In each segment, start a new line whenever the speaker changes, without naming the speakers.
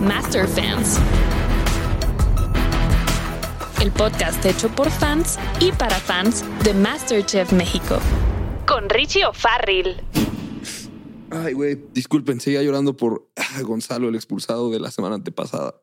Master Fans. El podcast hecho por fans y para fans de Masterchef México. Con Richie O'Farrill.
Ay, güey, disculpen, seguía llorando por ah, Gonzalo, el expulsado de la semana antepasada.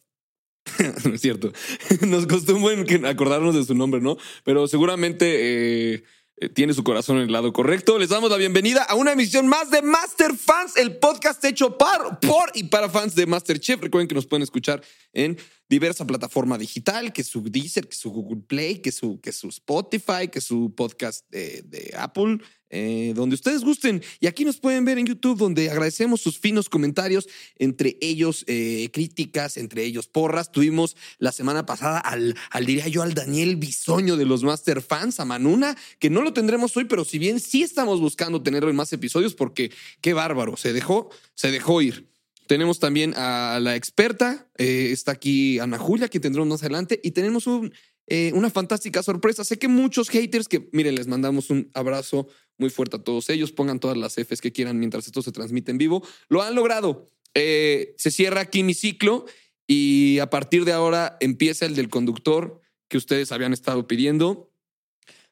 no es cierto. Nos costó un buen que- acordarnos de su nombre, ¿no? Pero seguramente eh, eh, tiene su corazón en el lado correcto. Les damos la bienvenida a una emisión más de Master Fans, el podcast hecho par- por y para fans de Masterchef. Recuerden que nos pueden escuchar en diversa plataforma digital, que su Deezer, que su Google Play, que su, que su Spotify, que su podcast eh, de Apple, eh, donde ustedes gusten. Y aquí nos pueden ver en YouTube, donde agradecemos sus finos comentarios, entre ellos eh, críticas, entre ellos porras. Tuvimos la semana pasada al, al, diría yo, al Daniel Bisoño de los Master Fans, a Manuna, que no lo tendremos hoy, pero si bien sí estamos buscando tenerlo en más episodios, porque qué bárbaro, se dejó, se dejó ir. Tenemos también a la experta, eh, está aquí Ana Julia, que tendremos más adelante, y tenemos un, eh, una fantástica sorpresa. Sé que muchos haters que, miren, les mandamos un abrazo muy fuerte a todos ellos, pongan todas las Fs que quieran mientras esto se transmite en vivo, lo han logrado. Eh, se cierra aquí mi ciclo y a partir de ahora empieza el del conductor que ustedes habían estado pidiendo,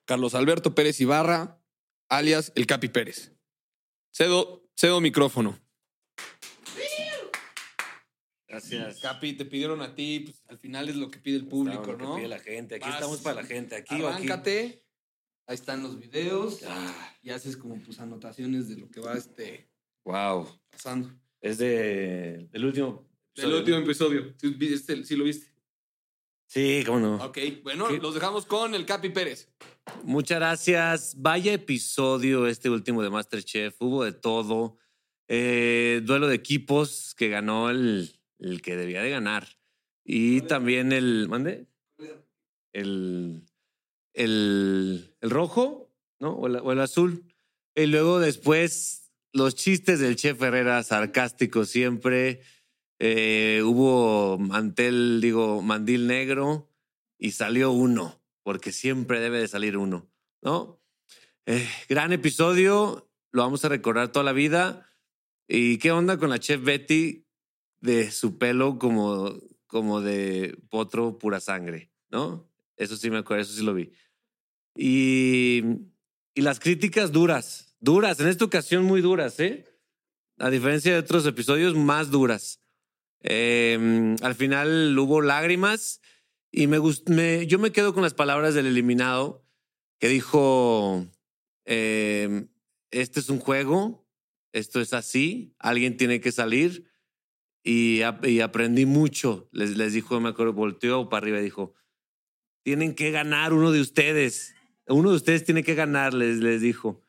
Carlos Alberto Pérez Ibarra, alias el Capi Pérez. Cedo, cedo micrófono.
Gracias.
Capi, te pidieron a ti, pues, al final es lo que pide el público,
Lo que
¿no?
pide la gente. Aquí
Vas.
estamos para la gente. Aquí o aquí.
Arráncate, ahí están los videos
Ah,
y haces como tus anotaciones de lo que va este,
wow.
pasando.
Es de del último.
El último episodio, si lo viste.
Sí, cómo no.
Ok, bueno,
¿Qué?
los dejamos con el Capi Pérez.
Muchas gracias. Vaya episodio este último de Masterchef. Hubo de todo. Eh, duelo de equipos que ganó el, el que debía de ganar. Y también el. ¿Mande? El. El, el rojo, ¿no? O el, o el azul. Y luego después los chistes del chef Herrera, sarcástico siempre. Eh, hubo mantel, digo, mandil negro y salió uno, porque siempre debe de salir uno, ¿no? Eh, gran episodio, lo vamos a recordar toda la vida. ¿Y qué onda con la chef Betty de su pelo como, como de potro pura sangre, ¿no? Eso sí me acuerdo, eso sí lo vi. Y, y las críticas duras, duras, en esta ocasión muy duras, ¿eh? A diferencia de otros episodios, más duras. Eh, al final hubo lágrimas. Y me, gust- me- yo me quedo con las palabras del eliminado que dijo, eh, este es un juego, esto es así, alguien tiene que salir. Y, ap- y aprendí mucho, les, les dijo, me acuerdo, volteó para arriba y dijo, tienen que ganar uno de ustedes, uno de ustedes tiene que ganar, les, les dijo.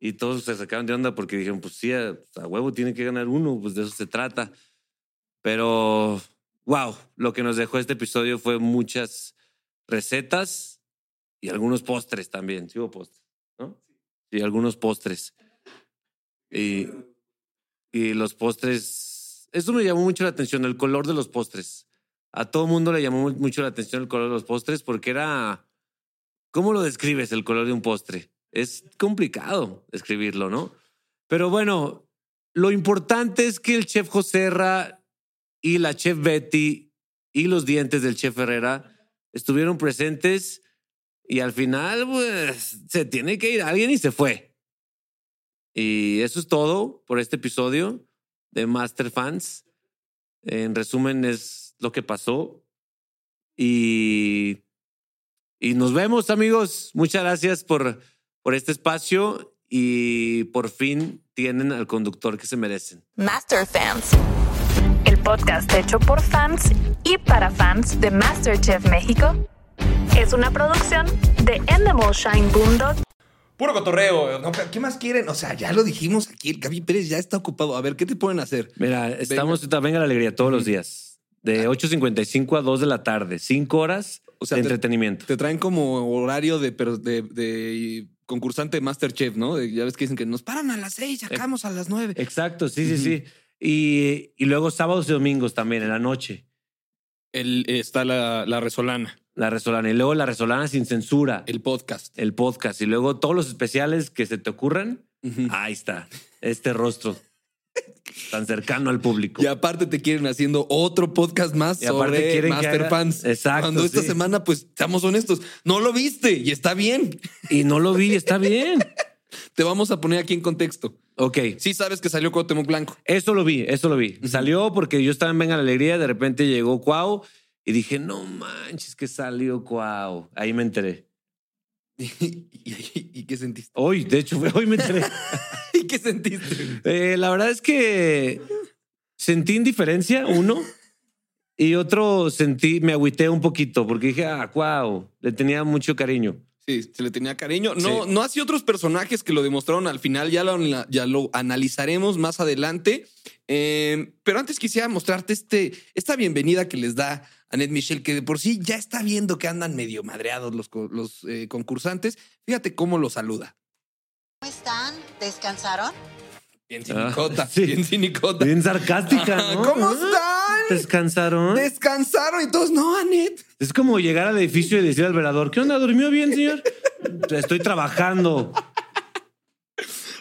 Y todos se sacaron de onda porque dijeron, pues sí, a, a huevo tiene que ganar uno, pues de eso se trata. Pero wow, lo que nos dejó este episodio fue muchas recetas y algunos postres también. Sí, hubo postres, ¿no? Y algunos postres. Y, y los postres. Eso me llamó mucho la atención, el color de los postres. A todo mundo le llamó mu- mucho la atención el color de los postres porque era. ¿Cómo lo describes el color de un postre? Es complicado describirlo, ¿no? Pero bueno, lo importante es que el chef José Herra y la chef Betty y los dientes del chef Herrera estuvieron presentes y al final pues se tiene que ir alguien y se fue. Y eso es todo por este episodio de Master Fans. En resumen es lo que pasó y y nos vemos amigos. Muchas gracias por por este espacio y por fin tienen al conductor que se merecen.
Master Fans. El podcast hecho por fans y para fans de Masterchef México. Es una producción de Endemol Shine Boondog
Puro cotorreo. no, pero ¿Qué más quieren? O sea, ya lo dijimos aquí, el Capi Pérez ya está ocupado. A ver, ¿qué te pueden hacer?
Mira, estamos también a la alegría todos los días. De 8.55 a 2 de la tarde. 5 horas
Ah. O sea,
de
te-
entretenimiento.
Te traen como horario de, pero de, de concursante de Masterchef, ¿no? De- ya ves que dicen que nos paran a las seis,
Eh.
sacamos a las nueve.
Exacto, sí, sí, sí. Y, y luego sábados y domingos también, en la noche.
El- está la, la Resolana,
La Resolana. Y luego la Resolana sin censura. El,
el podcast.
podcast. Y luego todos los especiales que se te ocurran.
Ujú.
Ahí está. Este rostro. tan cercano al público.
Y aparte te quieren haciendo otro podcast más
Y aparte
sobre
quieren que
Master
haga-
Fans.
Exacto,
Cuando esta
sí.
semana, pues, seamos honestos, no lo viste y está bien.
Y no lo vi, está bien.
Te vamos a poner aquí en contexto.
Ok.
Sí sabes que salió Cuauhtémoc Blanco.
Eso lo vi, eso lo vi. Salió porque yo estaba en Venga la Alegría, de repente llegó Cuau y dije, no manches, que salió Cuau. Ahí me enteré.
¿Y, y- y qué sentiste?
Hoy, de hecho, fue hoy me enteré.
¿Y qué sentiste?
Eh, la verdad es que sentí indiferencia, uno, y otro sentí, me agüité un poquito porque dije, ah, Cuau, le tenía mucho cariño.
Sí, se le tenía cariño. No, no así otros personajes que lo demostraron al final. Ya lo, ya lo analizaremos más adelante. Eh, pero antes quisiera mostrarte este, esta bienvenida que les da Annette Michel, que de por sí ya está viendo que andan medio madreados los, co- los eh, concursantes. Fíjate cómo lo saluda.
¿Cómo están? ¿Descansaron?
Bien
Ah,
cinicota,
sí.
bien cinicota.
Bien sarcástica,
Ajá,
¿no?
¿Cómo
Ah,
Pues,
están?
¿Descansaron?
Descansaron y todos, no, Annette.
Es como llegar al edificio y decir al velador, ¿qué onda? ¿Durmió bien, señor? Estoy trabajando.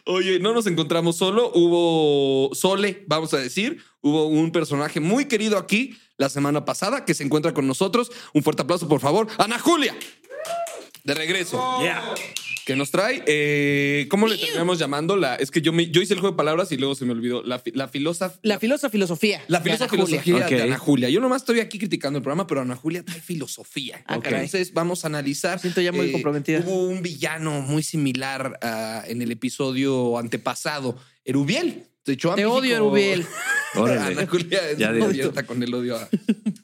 Oye, no nos encontramos solo. Hubo Sole, vamos a decir. Hubo un personaje muy querido aquí la semana pasada que se encuentra con nosotros. Un fuerte aplauso, por favor. Ana Julia, de regreso,
Yeah.
que nos trae. eh, ¿Cómo le terminamos llamando? La, es que yo, me, yo hice el juego de palabras y luego se me olvidó. La, fi- la filosa.
La filosa filosofía.
La
de
filosa
Ana Julia.
filosofía
Ok.
de Ana Julia. Yo nomás estoy aquí criticando el programa, pero Ana Julia trae filosofía.
Ah, caray.
Entonces vamos a analizar. eh,
Siento ya muy comprometida.
Hubo un villano muy similar ah, en el episodio antepasado, Erubiel. De hecho,
Te odio, Erubiel.
Ana
Órale.
Ah, Julia es
Ya
muy
digo.
abierta con el odio a,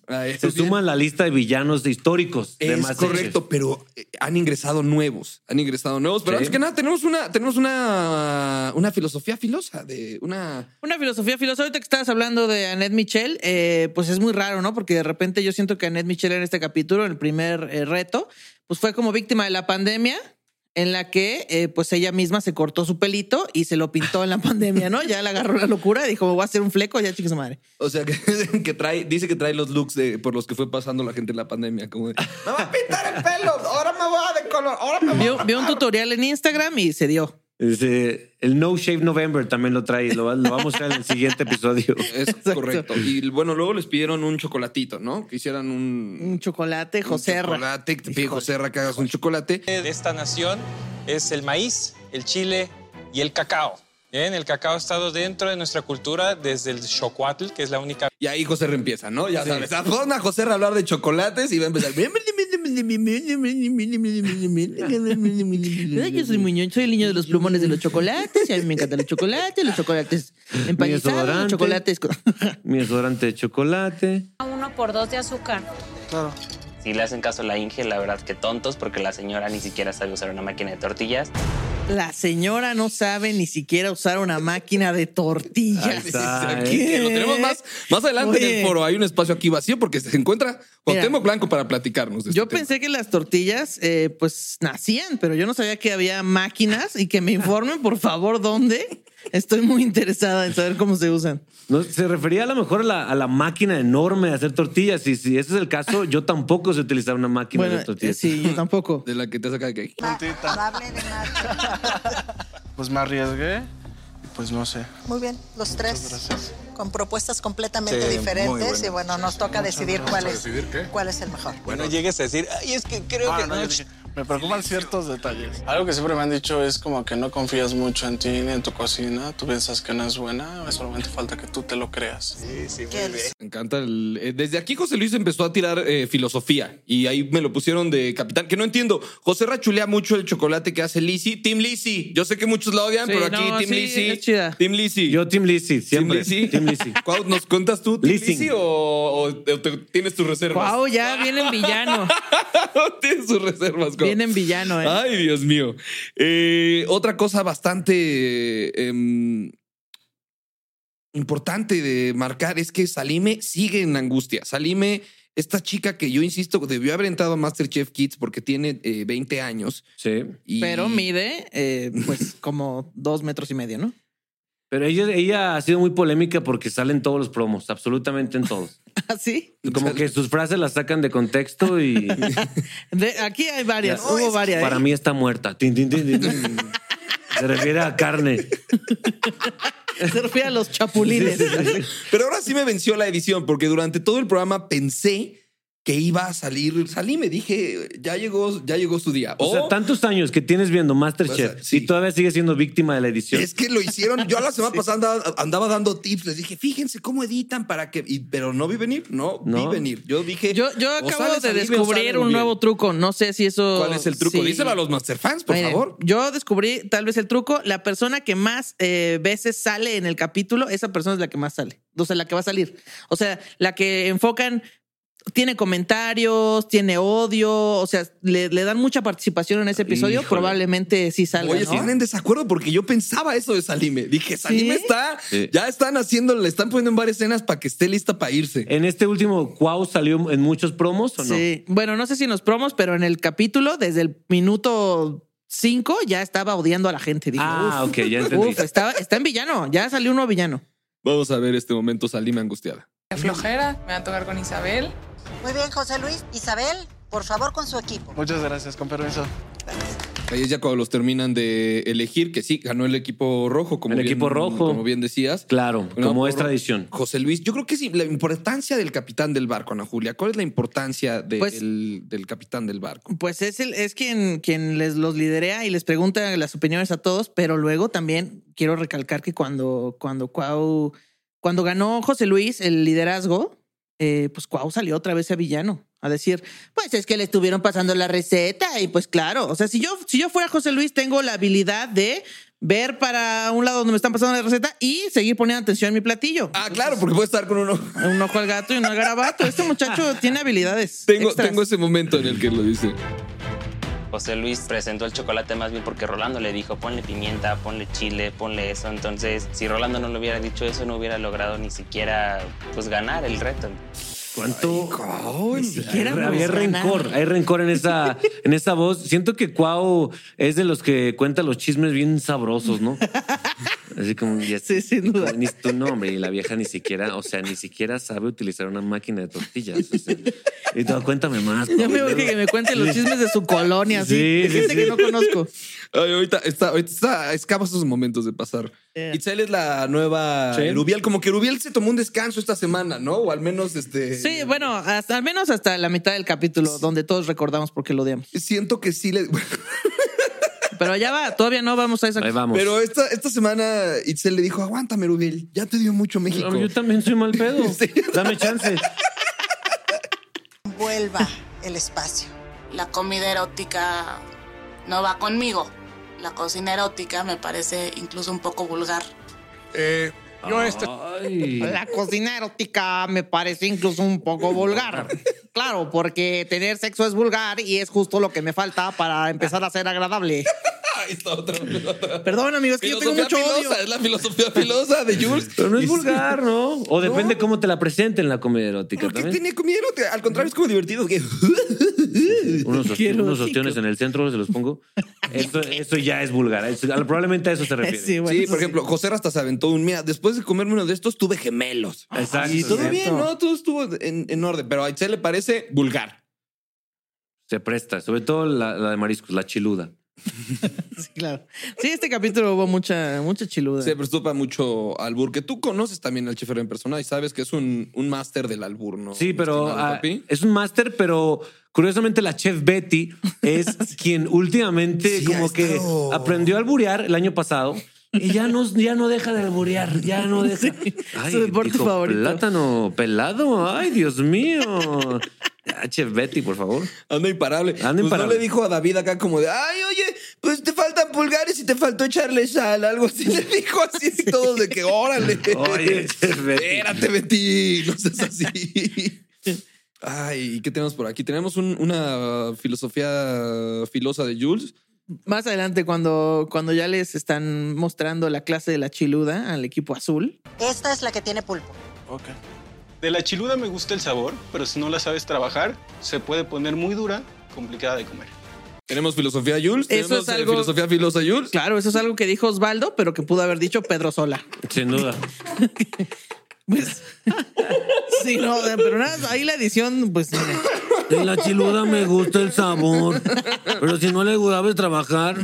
a
Se
Erubiel.
suma la lista de villanos históricos. de
Es
Masterchef.
correcto, pero eh, han ingresado nuevos, han ingresado nuevos.
Sí.
Pero antes que nada, tenemos una, tenemos una, una filosofía filosa de una
Una filosofía filosófica. Ahorita que estabas hablando de Annette Michel, eh, pues es muy raro, ¿no? Porque de repente yo siento que Annette Michel en este capítulo, en el primer eh, reto, pues fue como víctima de la pandemia en la que eh, pues ella misma se cortó su pelito y se lo pintó en la pandemia, ¿no? Ya le agarró la locura y dijo, voy a hacer un fleco, ya chicas madre.
O sea, que, que trae, dice que trae los looks de, por los que fue pasando la gente en la pandemia. Como de,
Ah.
me voy a pintar el pelo, ahora me voy a de color, ahora me voy
Vio, vio un tutorial en Instagram y se dio.
Ese- el No Shave November también lo trae. Lo, va- lo vamos a ver en el siguiente episodio.
a... Es correcto. Y bueno, luego les pidieron un chocolatito, ¿no? Que hicieran un...
Un chocolate,
un
José
chocolate, que te pide Joserra que hagas un chocolate.
de esta nación es el maíz, el chile y el cacao. Bien, el cacao ha estado dentro de nuestra cultura desde el Xocuatl, que es la única
Y ahí José empieza, ¿no? Ya sabes, pon a José a hablar de chocolates y va a
Pues
empezar.
Ay, Yo soy muñón, soy el niño de los plumones de los chocolates y a mí me encantan los chocolates, los chocolates empanizados, los
desodorante.
chocolates. con-
Mi desodorante de chocolate.
uno por dos de azúcar.
Si le hacen caso a la Inge, la verdad que tontos, porque la señora ni siquiera sabe usar una máquina de tortillas.
La señora no sabe ni siquiera usar una máquina de
Ahí
tortillas.
está,
Este, Aquí, ¿eh? que lo tenemos más, más adelante en
Ah, eh. Oye.
el foro. Hay un espacio aquí vacío porque se encuentra Cuauhtémoc Blanco para platicarnos. de este
Yo
tema.
pensé que las tortillas, eh, pues nacían, pero yo no sabía que había máquinas y que me informen, por favor, dónde. Estoy muy interesada en saber cómo se usan.
No, se refería a lo mejor a la, a la máquina enorme de hacer tortillas. Y si ese es el caso, yo tampoco sé utilizar una máquina
Bueno, eh,
de tortillas.
sí, yo tampoco.
De la que te saca de aquí.
No hable de más.
Pues me arriesgué y pues no sé.
Muy bien, los tres. Con propuestas completamente
Sí, muy
diferentes.
bueno.
Y bueno, nos toca decidir cuál es, cuál es el mejor.
Bueno, llegues a decir, ay, es que creo
Ah,
que
no, yo
no".
dije, me preocupan ciertos detalles. Algo que siempre me han dicho es como que no confías mucho en ti ni en tu cocina. Tú piensas que no es buena, solamente falta que tú te lo creas.
¿Qué eres?
Me encanta el. eh, desde aquí José Luis empezó a tirar eh, filosofía y ahí me lo pusieron de capitán, que no entiendo. José rachulea mucho el chocolate que hace Lizzy. Team Lizzy. Yo sé que muchos Pues la odian,
Sí,
pero aquí
no,
Team
sí,
Lizzy.
es chida.
Team Lizzy.
Yo, Team Lizzy,
Team
siempre.
Lizzy.
Team Lizzy.
Cuau, ¿nos contas tú, Team
Lizzy.
Lizzy, o, o te- te- tienes tus reservas?
Wow, ya vienen villano.
tienes sus reservas, Cuau.
Vienen villano, eh.
Ay, Dios mío. Eh, otra cosa bastante eh, em, importante de marcar es que Salime sigue en angustia. Salime, esta chica que yo insisto, debió haber entrado a Masterchef Kids porque tiene eh, 20 años.
Sí.
y-
Pero mide, eh, pues, como dos metros y medio, ¿no?
Pero ella, ella ha sido muy polémica porque salen todos los promos, absolutamente en todos.
Así.
Como que sus frases las sacan de contexto y
De- aquí hay varias,
No, es
hubo
que
varias.
para
¿eh?
mí está muerta. Tin, tin, tin, tin, tin. Se refiere a carne.
Se refiere a los chapulines.
Pero ahora sí me venció la edición, porque durante todo el programa pensé que iba a salir. Salí, me dije, ya llegó, ya llegó su día.
O sea, tantos años que tienes viendo Masterchef
O sea, sí.
y todavía sigues siendo víctima de la edición.
es que lo hicieron. Yo la semana pasada andaba, andaba dando tips. Les dije, fíjense cómo editan para que. y- pero no vi venir, no, vi
No.
venir. Yo dije.
Yo, yo
o
acabo
sales
de
al nivel o
descubrir
sales
un
bien.
nuevo truco. No sé si eso.
¿Cuál es el truco?
sí.
Díselo a los Masterfans, por
Miren,
favor.
Yo descubrí tal vez el truco. La persona que más eh, veces sale en el capítulo, esa persona es la que más sale. O sea, la que va a salir. O sea, la que enfocan, tiene comentarios, tiene odio. O sea, le, le dan mucha participación en ese episodio.
Híjole.
Probablemente sí salga.
Oye,
¿no?
tienen en desacuerdo porque yo pensaba eso de Salime. Dije, Salime
¿Sí?
está,
Sí.
ya están haciendo, le están poniendo en varias escenas para que esté lista para irse.
En este último Cuau salió en muchos promos o no?
Sí. Bueno, no sé si en los promos, pero en el capítulo, desde el minuto 5, ya estaba odiando a la gente. Dije,
Ah,
"Uf,
ok, ya entendí.
uf, está, está en villano. Ya salió un nuevo villano.
Vamos a ver este momento Salime angustiada.
flojera. Me va a tocar con Isabel.
Muy bien, José Luis. Isabel, por favor, con su equipo.
Muchas gracias, con permiso.
Ahí es ya cuando los terminan de elegir, que sí, ganó el equipo rojo, como,
El
bien,
equipo rojo.
como bien decías.
Claro,
No,
como
por-
es tradición.
José Luis, yo creo que sí, la importancia del capitán del barco, Ana Julia. ¿Cuál es la importancia de
Pues-
el- del capitán del barco?
Pues es, el, es quien, quien les los liderea y les pregunta las opiniones a todos, pero luego también quiero recalcar que cuando, cuando Cuau, cuando ganó José Luis el liderazgo, eh, pues Cuau salió otra vez a villano a decir, pues es que le estuvieron pasando la receta y pues claro, o sea, si yo, si yo fuera José Luis tengo la habilidad de ver para un lado donde me están pasando la receta y seguir poniendo atención a mi platillo.
Ah, claro, porque puede estar con uno.
Un ojo al gato y uno al garabato. Este muchacho tiene habilidades.
Tengo,
extras.
tengo ese momento en el que lo dice.
José Luis presentó el chocolate más bien porque Rolando le dijo, ponle pimienta, ponle chile, ponle eso. Entonces, si Rolando no le hubiera dicho eso, no hubiera logrado ni siquiera pues ganar el reto.
¿Cuánto?
Ay,
siquiera
Hay-
nos
había
ganaron.
rencor, hay rencor en esa, en esa voz. Siento que Cuau es de los que cuenta los chismes bien sabrosos, ¿no? Así como ya
Sí, sin duda.
Ni tu nombre y la vieja ni siquiera, o sea, ni siquiera sabe utilizar una máquina de tortillas. o sea. y tú, cuéntame más.
Ya me
Pablo.
urge que me cuenten los chismes de su colonia, así.
Sí,
de
sí,
gente
sí.
que no conozco.
Ay, ahorita está, ahorita está, escapa esos momentos de pasar.
Yeah.
Itzel es la nueva
Sí.
Erubiel. Como que Erubiel se tomó un descanso esta semana, ¿no? O al menos este.
Sí, bueno, hasta, al menos hasta la mitad del capítulo, donde todos recordamos por qué lo odiamos.
Siento que sí le.
Pero allá va, todavía no vamos a esa.
Ahí vamos.
Pero esta, esta semana Itzel le dijo: Aguántame, Erubiel. Ya te dio mucho México.
yo también soy mal pedo.
Sí.
Dame chance.
Vuelva el espacio.
La comida erótica no va conmigo. La cocina erótica me parece incluso un poco vulgar.
Eh, yo este.
Ay.
La cocina erótica me parece incluso un poco vulgar. Claro, porque tener sexo es vulgar y es justo lo que me falta para empezar a ser agradable.
Ahí está otra.
Perdón, amigos, que yo tengo
Filosofía
mucho odio.
filosa, Es la filosofía filosa de Jules.
Pero no
Y
Este,
es
sí.
vulgar, ¿no? O depende
No.
cómo te la presenten la comedia erótica
¿Por qué
también.
tenía comida erótica? Al contrario, es como divertido. que-
unos, ost-
Quiero
unos
hocico.
ostiones en el centro, se los pongo. Eso, eso ya es vulgar. Eso- al- probablemente a eso se refiere.
Sí, bueno,
sí,
eso
por ejemplo, José hasta se aventó un. Mira, después de comerme uno de estos, tuve gemelos.
Exacto.
Y todo
¿no?
bien, ¿no? Todo estuvo en, en orden, pero a Itzel le parece vulgar.
Se presta, sobre todo la, la de mariscos, la chiluda.
sí, claro. Sí, este capítulo hubo mucha, mucha chiluda.
Se preocupa mucho albur, que tú conoces también al Chefer en persona y sabes que es un, un máster del albur, ¿no?
Sí, pero
estimado
ah,
papi?
es un máster, pero curiosamente la chef Betty es quien últimamente
Sí,
como
ha
que
estado-
aprendió a alburear el año pasado. Y ya no, ya no deja de alburear, ya no deja.
su deporte favorito.
Plátano pelado, ay, Dios mío. Ya, Chef Betty, por favor.
Anda imparable.
Anda
Pues
imparable.
no le dijo a David acá como de, ay, oye, pues te faltan pulgares y te faltó echarle sal, algo así. Le dijo así y todos de que, órale.
Oye, Chef Betty.
Espérate, Betty, no seas así. Ay, ¿y qué tenemos por aquí? Tenemos un- una filosofía filosa de Jules.
Más adelante, cuando, cuando ya les están mostrando la clase de la chiluda al equipo azul.
Esta es la que tiene pulpo.
Ok.
De la chiluda me gusta el sabor, pero si no la sabes trabajar, se puede poner muy dura, complicada de comer.
Tenemos filosofía Jules.
Eso
tenemos
es
eh,
algo-
filosofía filosa Jules.
Claro, eso es algo que dijo Osvaldo, pero que pudo haber dicho Pedro Sola.
Sin duda.
Pues, sí, no, pero nada, ahí la edición, pues mira,
De la chiluda me gusta el sabor, pero si no le sabes trabajar.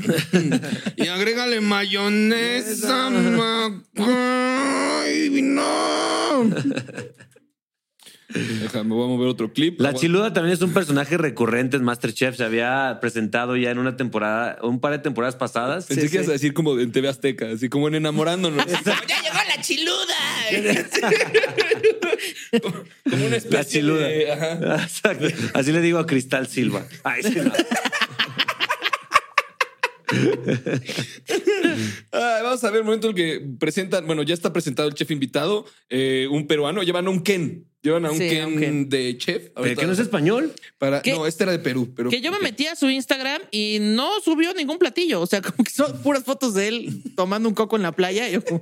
Y agrégale mayonesa. Deja, me voy a mover otro clip.
La Chiluda también es un personaje recurrente en Masterchef. Se había presentado ya en una temporada, un par de temporadas pasadas.
Pensé que ibas a decir como en TV Azteca, así como en enamorándonos.
¡Ya llegó la chiluda!
como una
La
especie
Chiluda.
de- ajá.
Exacto. Así le digo a Cristal Silva. Ay, sí, no.
Ah, vamos a ver el momento en el que presentan, bueno, ya está presentado el chef invitado, eh, un peruano, llevan a un Ken, llevan a un,
Sí,
Ken,
a un Ken.
de chef.
Pero que no es
español. Para,
¿Qué?
no, este era de Perú, pero
Que yo me metí a su Instagram y no subió ningún platillo. O sea, como que son puras fotos de él tomando un coco en la playa. Y yo como,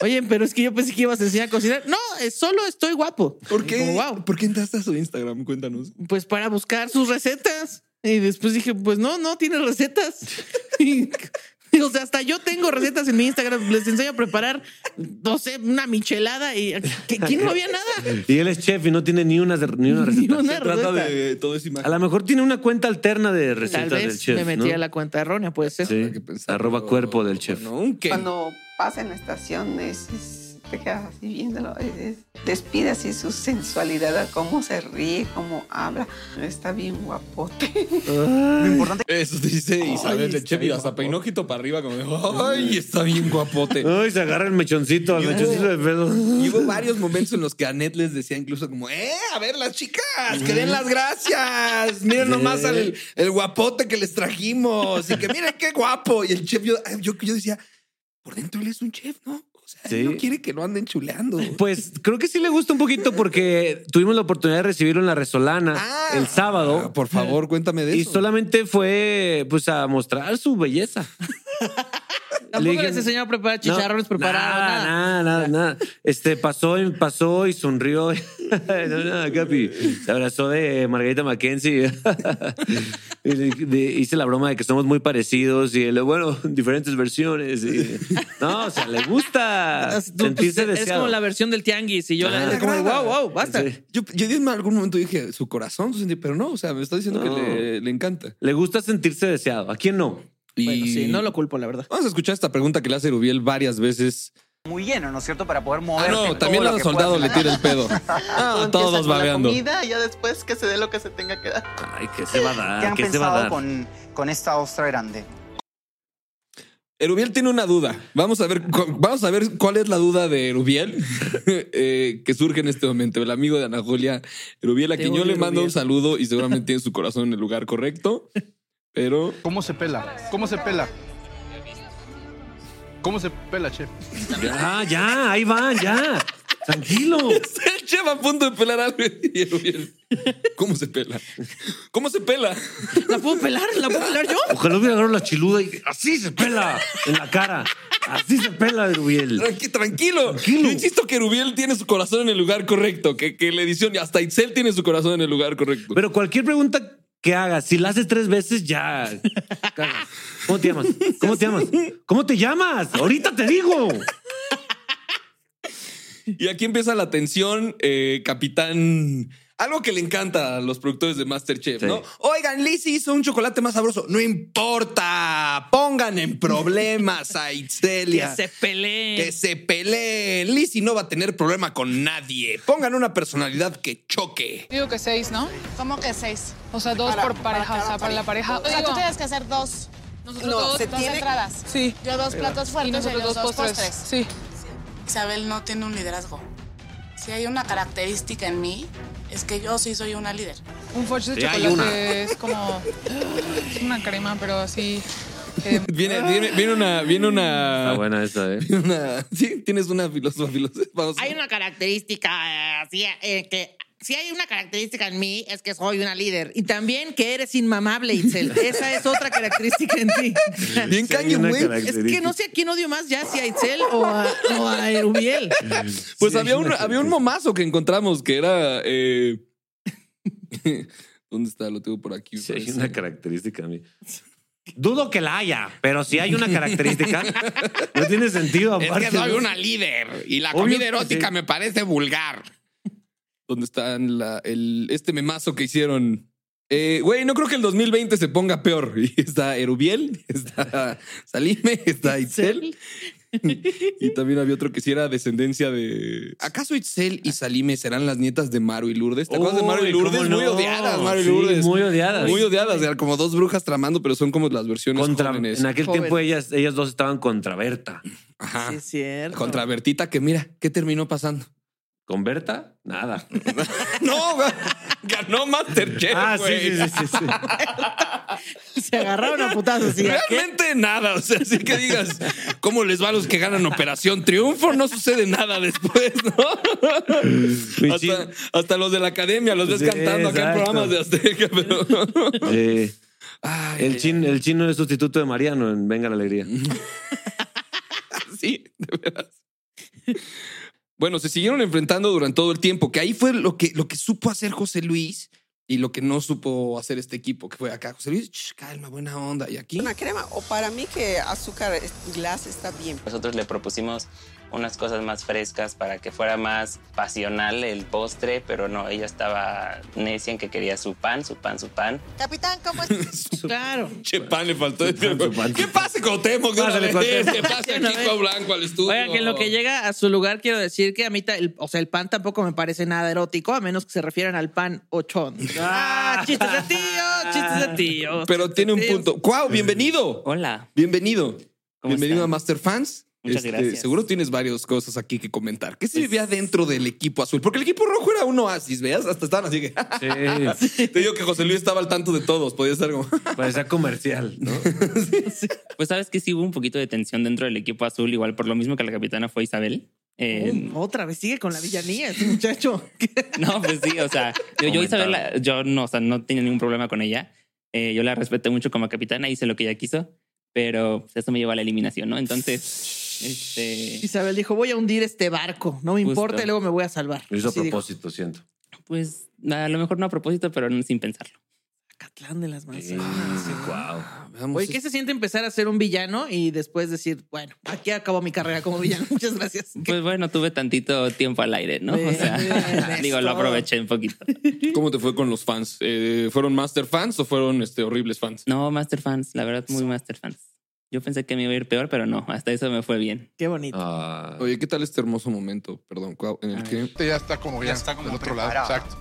Oye, pero es que yo pensé que ibas a enseñar a cocinar. No, es solo estoy guapo.
¿Por qué?
Como, wow.
¿Por qué entraste a su Instagram? Cuéntanos.
Pues para buscar sus recetas. Y después dije, pues no, no tiene recetas. Y, o sea, hasta yo tengo recetas en mi Instagram. Les enseño a preparar, no sé, una michelada y ¿qué- ¿quién no había nada?
Y él es chef y no tiene ni una, ni una receta.
una
Se
receta.
todo es
A lo mejor tiene una cuenta alterna de recetas
Tal
del
vez
chef.
me metí
¿no?
a la cuenta errónea, pues. puede ser.
Sí, arroba cuerpo del chef.
Cuando pasa en la estación, es- es- te quedas así viéndolo. es- es- despide así su sensualidad, a cómo se ríe, cómo habla. Está bien guapote.
Lo importante. Eso dice Isabel de chef y hasta peinojito para arriba, como de, ay, está bien guapote.
Ay, se agarra el mechoncito, el
Y hubo-
mechoncito de pedo.
Y hubo varios momentos en los que Anet les decía incluso como, eh, a ver las chicas, que den las gracias. Miren nomás
Eh.
al el guapote que les trajimos y que miren qué guapo. Y el chef, yo, yo, yo decía, por dentro él es un chef, ¿no? O sea,
Sí.
no quiere que lo anden chuleando.
Pues creo que sí le gusta un poquito porque tuvimos la oportunidad de recibirlo en la Resolana
Ah.
el sábado.
Ah, por favor, cuéntame de
y
eso.
solamente fue pues a mostrar su belleza.
Tampoco les enseñó a preparar chicharrones
Nada,
preparados,
nada,
nada.
nada, nada. Este pasó y pasó y sonrió. no, nada, Capi. Se abrazó de Margarita Mackenzie. Y le- de- hice la broma de que somos muy parecidos y él, bueno, diferentes versiones. y- no, o sea, le gusta
Tú, pues,
sentirse
es
deseado.
como la versión del tianguis y yo la
Ah.
neta como de, wow, wow, basta.
Yo, yo en algún momento dije, su corazón, su sentir", pero no, o sea, me está diciendo
No.
que le, le encanta.
Le gusta sentirse deseado. ¿A quién no?
Bueno, sí, no lo
culpo, la verdad.
Vamos a escuchar esta pregunta que le hace Rubiel varias veces.
muy lleno, ¿no es cierto? Para poder
Ah,
mover.
no, también a los soldados le tira el pedo.
Ah,
todos
empieza con la
babeando.
comida y ya después que se dé lo que se tenga que dar.
Ay, ¿qué se va a dar?
¿Qué han
¿Qué se
pensado
va a dar?
Con, con esta ostra grande?
Erubiel tiene una duda. Vamos a ver, cu- vamos a ver cuál es la duda de Erubiel eh, que surge en este momento. El amigo de Ana Julia, Erubiel, a
Te
quien yo
odio,
le mando un
Erubiel.
saludo y seguramente tiene su corazón en el lugar correcto. Pero
¿Cómo se pela? ¿Cómo se pela? ¿Cómo se pela, chef?
Ya, ya, ahí van, ya. Tranquilo.
el chef a punto de pelar algo y Erubiel, ¿Cómo se pela? ¿Cómo se pela?
¿La puedo pelar? ¿La puedo pelar yo?
Ojalá hubiera agarrado la chiluda y así se pela en la cara. Así se pela, Rubiel.
Tranqui- tranquilo. Yo insisto que Erubiel tiene su corazón en el lugar correcto, que, que la edición y hasta Itzel tiene su corazón en el lugar correcto.
Pero cualquier pregunta que hagas, si la haces tres veces, ya. cagas. ¿Cómo te llamas? ¿Cómo te llamas? ¿Cómo te llamas? Ahorita te digo.
Y aquí empieza la tensión, eh, capitán. Algo que le encanta a los productores de Masterchef, ¿no? Oigan, Liz hizo un chocolate más sabroso. No importa. Pongan en problemas a Itzelia.
Que se peleen.
Que se peleen. Lizzy no va a tener problema con nadie. Pongan una personalidad que choque.
Digo que seis, ¿no? ¿Cómo que seis? O sea, dos por pareja, o sea, para la pareja. O sea, tú tienes que hacer dos.
Nosotros
No,
dos-
se
dos
tiene-
entradas.
Sí. Yo dos
Ahí va.
platos
Y
fuertes y,
nosotros
ellos
dos
dos,
postres.
postres. Sí. Isabel no tiene un liderazgo. Si hay una característica en mí, es que yo sí soy una líder. Un forche
de Sí, hay chocolate una.
es como... Es una crema, pero así... eh,
Viene,
Ah.
viene, viene una, viene una. Está
buena esa, eh.
sí, tienes una filósofa, filósofa. Vamos.
Hay una característica eh, así, eh, que si hay una característica en mí es que soy una líder y también que eres inmamable, Itzel. Esa es otra característica en ti.
Bien
caño,
caño, güey.
Es que no sé a quién odio más, ya si a Itzel o a, o a Erubiel.
Pues
Sí,
había,
hay
un,
una
había un momazo que encontramos que era. eh, ¿Dónde está? Lo tengo por aquí.
Sí, hay una característica a mí. Dudo que la haya, pero si hay una característica, no tiene sentido. Aparte, ¿no?
líder y
la Obvio comida que erótica sí.
me parece vulgar. ¿Dónde están la- el, este memazo que hicieron? Eh, Güey, no creo que el 2020 se ponga peor. Y está Erubiel, está Salime, está Itzel y también había otro que si era descendencia de. ¿Acaso Itzel y Salime serán las nietas de Maru y Lourdes? ¿Te acuerdas de Maru
Uy,
y
¿cómo
Lourdes? Muy
no?
odiadas, Maru y
Sí,
Lourdes.
muy odiadas.
Muy odiadas. Eran como dos brujas tramando, pero son como las versiones jóvenes.
En aquel tiempo ellas, ellas dos estaban contra Berta.
Ajá.
Sí, es cierto.
Contra Bertita, que mira, ¿qué terminó pasando?
¿Con Berta? Nada.
no, güey. ganó Masterchef.
Ah, sí, sí,
güey.
sí, sí, sí.
Se agarraron a putazos. ¿sí?
Realmente nada. O sea, así que digas, ¿cómo les va a los que ganan Operación Triunfo? No sucede nada después, ¿no? hasta, hasta los de la academia los ves
Pues Sí,
cantando acá en
exacto.
programas de Azteca, pero.
Eh, el, chin, el chino es sustituto de Mariano en Venga la Alegría.
sí, de veras. Bueno, se siguieron enfrentando durante todo el tiempo, que ahí fue lo que, lo que supo hacer José Luis y lo que no supo hacer este equipo, que fue acá. José Luis, "Ch, calma, buena onda. Y aquí.
Una crema, o para mí que azúcar es- glass está bien.
Nosotros le propusimos unas cosas más frescas para que fuera más pasional el postre, pero no, ella estaba necia en que quería su pan, su pan, su pan.
Capitán, ¿cómo es?
claro.
Che, pan le faltó. ¿Qué pasa, Cotemo?
Pásale, Cuauhtémoc.
¿Qué pasa,
De una vez.
Kiko Blanco al estudio?
Oiga, que en lo que llega a su lugar, quiero decir que a mí, ta- el- o sea, el pan tampoco me parece nada erótico, a menos que se refieran al pan ochón. ¡Ah! ¡Chistes de tío! ¡Chistes de tío!
Pero tiene un punto. ¡Cuau! Bienvenido.
Hola.
Bienvenido. Bienvenido
están?
a Master Fans. Este,
Muchas gracias.
Seguro tienes varias cosas aquí que comentar. ¿Qué se vivía dentro del equipo azul? Porque el equipo rojo era un oasis, ¿veas? Hasta estaban así que. Te digo que José Luis estaba al tanto de todos. Podía estar como.
Parecía comercial, ¿no?
Pues sabes que sí hubo un poquito de tensión dentro del equipo azul, igual por lo mismo que la capitana fue Isabel. Eh,
Oh, otra vez sigue con la villanía, este muchacho.
Oh.
No, pues sí, o sea, yo, yo Isabel, la- yo no, o sea, no tenía ningún problema con ella. Eh, yo la respeté mucho como capitana, hice lo que ella quiso, pero pues, eso me llevó a la eliminación, ¿no? Entonces, este,
Isabel dijo: Voy a hundir este barco, no me
Justo.
importa, y luego me voy a salvar.
Lo hizo a
Así dijo.
propósito, siento.
pues a lo mejor no a propósito, pero no sin pensarlo.
Catlán de las Ah, manzanas.
Mm. wow.
Oye, ¿qué se siente empezar a ser un villano y después decir, bueno, aquí acabó mi carrera como villano? Muchas gracias.
Pues bueno, tuve tantito tiempo al aire, ¿no? O
Bien,
sea,
es
digo, lo
todo.
aproveché un poquito.
¿Cómo te fue con los fans? Eh, ¿Fueron Master Fans o fueron este, horribles fans?
No, Master Fans, la verdad, muy Master Fans. Yo pensé que me iba a ir peor, pero no, hasta eso me fue bien.
Qué bonito.
Ah.
Oye, ¿qué tal este hermoso momento? Perdón, Cuau, en el que.
Este ya está como ya, está como del otro lado.
preparado.
Exacto.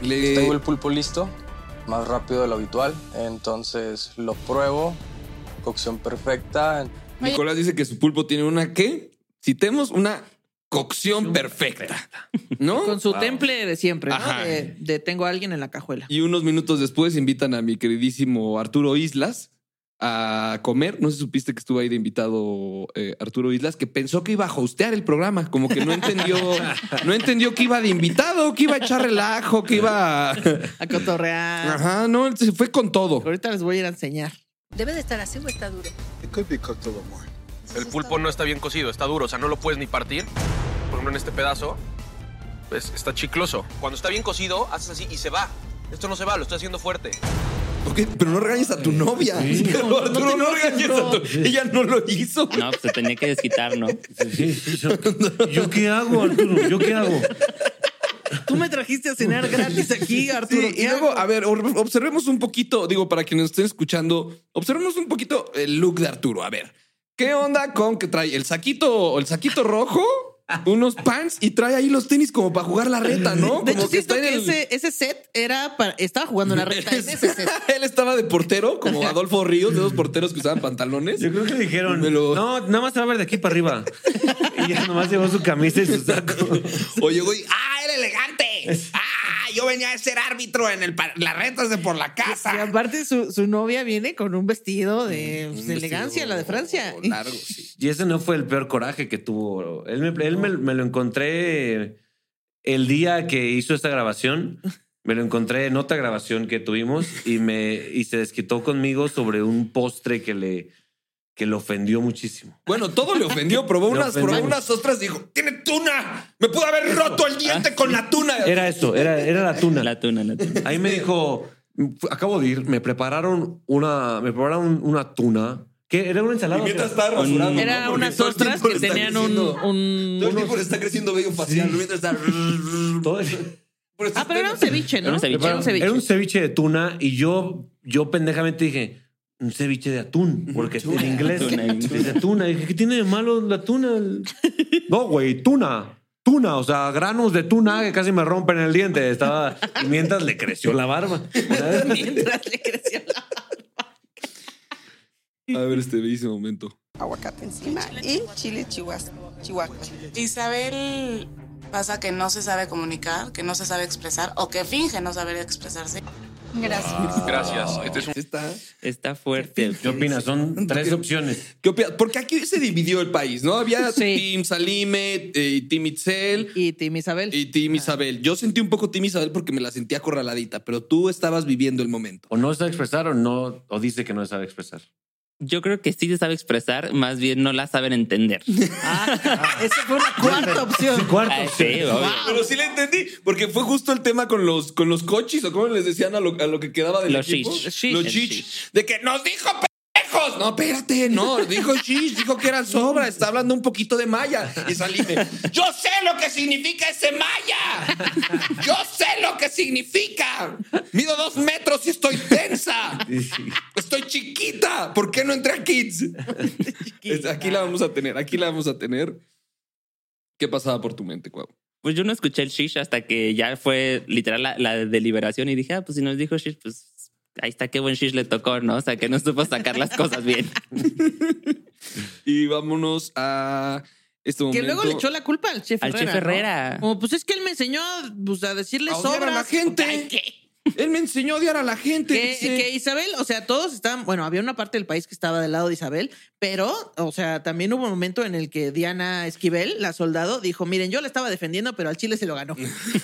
Tengo
Pues el pulpo listo, más rápido de lo habitual. Entonces lo pruebo. Cocción perfecta.
Nicolás dice que su pulpo tiene una qué? Citemos una cocción perfecta. ¿No?
Con su temple de siempre, ¿no?
Ajá.
De, de tengo a alguien en la cajuela.
Y unos minutos después invitan a mi queridísimo Arturo Islas a comer. No sé si supiste que estuvo ahí de invitado eh, Arturo Islas, que pensó que iba a hostear el programa, como que no entendió, no entendió que iba de invitado, que iba a echar relajo, que iba a...
A cotorrear.
Ajá, no, él se fue con todo.
Ahorita les voy a ir a enseñar.
¿Debe de estar así o está duro?
El pulpo no está bien cocido, está duro, o sea, no lo puedes ni partir. Por ejemplo, en este pedazo, pues está chicloso. Cuando está bien cocido, haces así y se va. Esto no se va, lo estoy haciendo fuerte.
Ok, pero no regañes a tu novia.
Sí.
Pero,
No, no
Arturo,
te
no,
enojes,
regañes
bro.
a tu... Ella no lo hizo.
No, pues se tenía que desquitar, ¿no?
¿Yo qué hago, Arturo? ¿Yo qué hago?
Tú me trajiste a cenar gratis aquí, Arturo.
Sí, y luego, a ver, or- observemos un poquito, digo, para quienes estén escuchando, observemos un poquito el look de Arturo. A ver, ¿qué onda con que trae el saquito, el saquito rojo, unos pants y trae ahí los tenis como para jugar la reta, ¿no?
De
como
hecho, siento
en
que
el-
ese, ese set era para. Estaba jugando en la recta. ¿eh? ese es ese set.
Él estaba de portero, como Adolfo Ríos, de esos porteros que usaban pantalones. Yo
creo que dijeron, no, nada más se va a ver de aquí para arriba. Y ya nomás llevó su camisa y su saco.
Oye, güey,
¡Ah, era elegante! ¡Ah, yo venía a ser árbitro en el pa- las retas de por la
Y
casa!
aparte, su, su novia viene con un vestido de, pues, de elegancia, la de Francia.
Largo, sí.
Y ese no fue el peor coraje que tuvo. Él me, él me- me lo encontré el día que hizo esta grabación. Me lo encontré en otra grabación que tuvimos y, me, y se desquitó conmigo sobre un postre que le, que le ofendió muchísimo.
Bueno, todo le ofendió. Probó
Le
unas, probó
ofendió.
unas ostras y dijo: ¡Tiene tuna! ¡Me pudo haber roto el diente con la tuna!
Era esto, era, era la tuna. La
tuna, la tuna.
Ahí me dijo, acabo de ir, me prepararon una, me prepararon una tuna. que Era una ensalada.
Y mientras estaba rasurando.
Era
¿no? Porque
unas
todo el
ostras
tiempo le
que
está
tenían un-
creciendo-
un-
Todo el tiempo le está creciendo vello facial. Mientras está.
Todo el-
Ah, pero era un ceviche, ¿no? Era un ceviche.
Era un ceviche de tuna y yo yo pendejamente dije, un ceviche de atún, porque es en inglés
Tuna,
es de tuna. Dije, ¿qué tiene de malo la tuna? El- No, güey, tuna. Tuna, o sea, granos de tuna que casi me rompen el diente. Estaba, y mientras le creció la barba.
Mientras le creció la-
A ver este bellísimo momento.
Aguacate
encima y chile chihuahua.
Chihuahua.
Isabel pasa que no se sabe comunicar, que no se sabe expresar o que finge no saber expresarse.
Gracias. Gracias. Este es un-
Está,
fuerte. ¿Qué opinas? Son tres opciones.
¿Qué opinas? Porque aquí se dividió el país, ¿no? Había Team Salime, eh, Team Itzel.
Y Team Isabel. Ah.
Y Team Isabel. Yo sentí un poco Team Isabel porque me la sentía acorraladita, pero tú estabas viviendo el momento.
O no sabe expresar o no, o dice que no sabe expresar.
Yo creo que sí se sabe expresar, más bien no la saben entender.
Esa fue una cuarta opción.
Ah, sí, obvio.
Pero sí la entendí, porque fue justo el tema con los, con los cochis, o como les decían a lo, a lo que quedaba del
Los
equipo.
chich. Chich.
Los
El
chich. De que nos dijo pendejos. No, espérate, no. Dijo chich, dijo que eran sobra. Está hablando un poquito de maya. Y salíme. Yo sé lo que significa ese maya. Yo sé lo que significa. Mido dos metros y estoy tensa. Estoy chiquita. ¿Por qué no entré a Kids? Aquí la vamos a tener. Aquí la vamos a tener. ¿Qué pasaba por tu mente, Cuau?
Pues yo no escuché el shish hasta que ya fue literal la, la deliberación y dije, ah, pues si nos dijo shish, pues ahí está, qué buen shish le tocó, ¿no? O sea, que no supo sacar las cosas bien.
Y vámonos a este momento.
Que luego le echó la culpa al chef
Al
Herrera.
chef Herrera.
¿no? Como, pues es que él me enseñó pues, a decirle
A
sobras.
odiar a la gente. Él me enseñó a odiar a la gente.
Que,
dice.
que Isabel, o sea, todos estaban, bueno, había una parte del país que estaba del lado de Isabel, pero, o sea, también hubo un momento en el que Diana Esquivel, la soldado, dijo, miren, yo la estaba defendiendo, pero al Chile se lo ganó.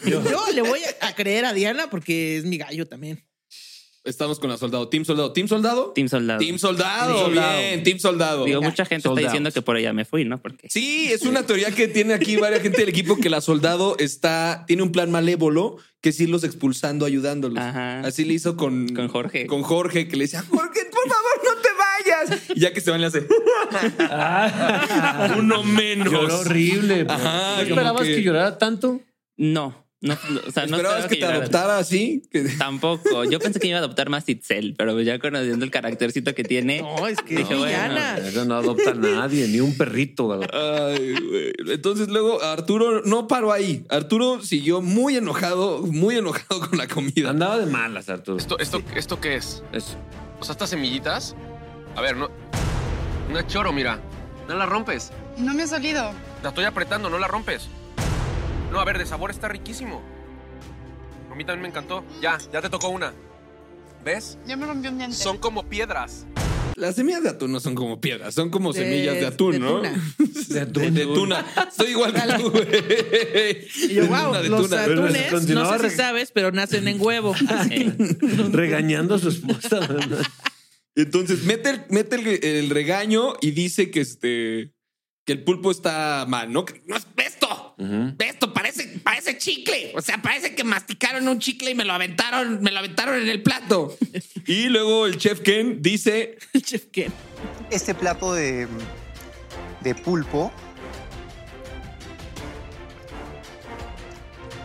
yo le voy a, a creer a Diana porque es mi gallo también.
Estamos con la soldado. Team soldado. Team soldado. Team
soldado.
Team soldado.
Team soldado.
Bien. Team soldado.
Digo, mucha gente está diciendo que por ella me fui, ¿no? Porque
Sí, es una teoría que tiene aquí varias gente del equipo que la soldado está, tiene un plan malévolo que es irlos expulsando, ayudándolos. Así le hizo con, con Jorge. Con Jorge, que le decía, Jorge, por favor, no te vayas. Y ya que se van, le hace. Uno menos.
Lloró horrible. pues.
Ajá,
¿No
como
esperabas que...
que
llorara tanto?
No. No, no, o sea, no
¿Esperabas
esperaba
que te
llorara.
adoptara así?
Tampoco. Yo pensé que iba a adoptar más Itzel, pero pues ya conociendo el caractercito que tiene.
No, es que
dije, bueno,
Eso no adopta a nadie, ni un perrito. ¿verdad?
Ay, güey. Entonces luego Arturo no paró ahí. Arturo siguió muy enojado, muy enojado con la comida.
Andaba de malas, Arturo.
¿Esto, esto, ¿Esto qué es? O sea, estas semillitas. A ver, no. Una choro, mira. No la rompes.
No me ha salido.
La estoy apretando, no la rompes. No, a ver, de sabor está riquísimo. A mí también me encantó. Ya, ya te tocó una. ¿Ves?
Ya me rompió un diente.
Son como piedras.
Las semillas de atún no son como piedras, son como
De-
semillas de atún,
de
¿no?
tuna.
De atún. De, tuna. Soy igual que tú, güey.
Y yo,
De
wow,
tuna, de
los
tuna.
atunes, no sé si sabes, pero nacen en huevo.
Regañando a su esposa.
Entonces mete, el, mete el, el regaño y dice que este que el pulpo está mal, ¿no? Que-
No es esto. Ve esto, parece, parece chicle. O sea, parece que masticaron un chicle y me lo aventaron, me lo aventaron en el plato.
Y luego el chef Ken dice,
Este plato de, de pulpo,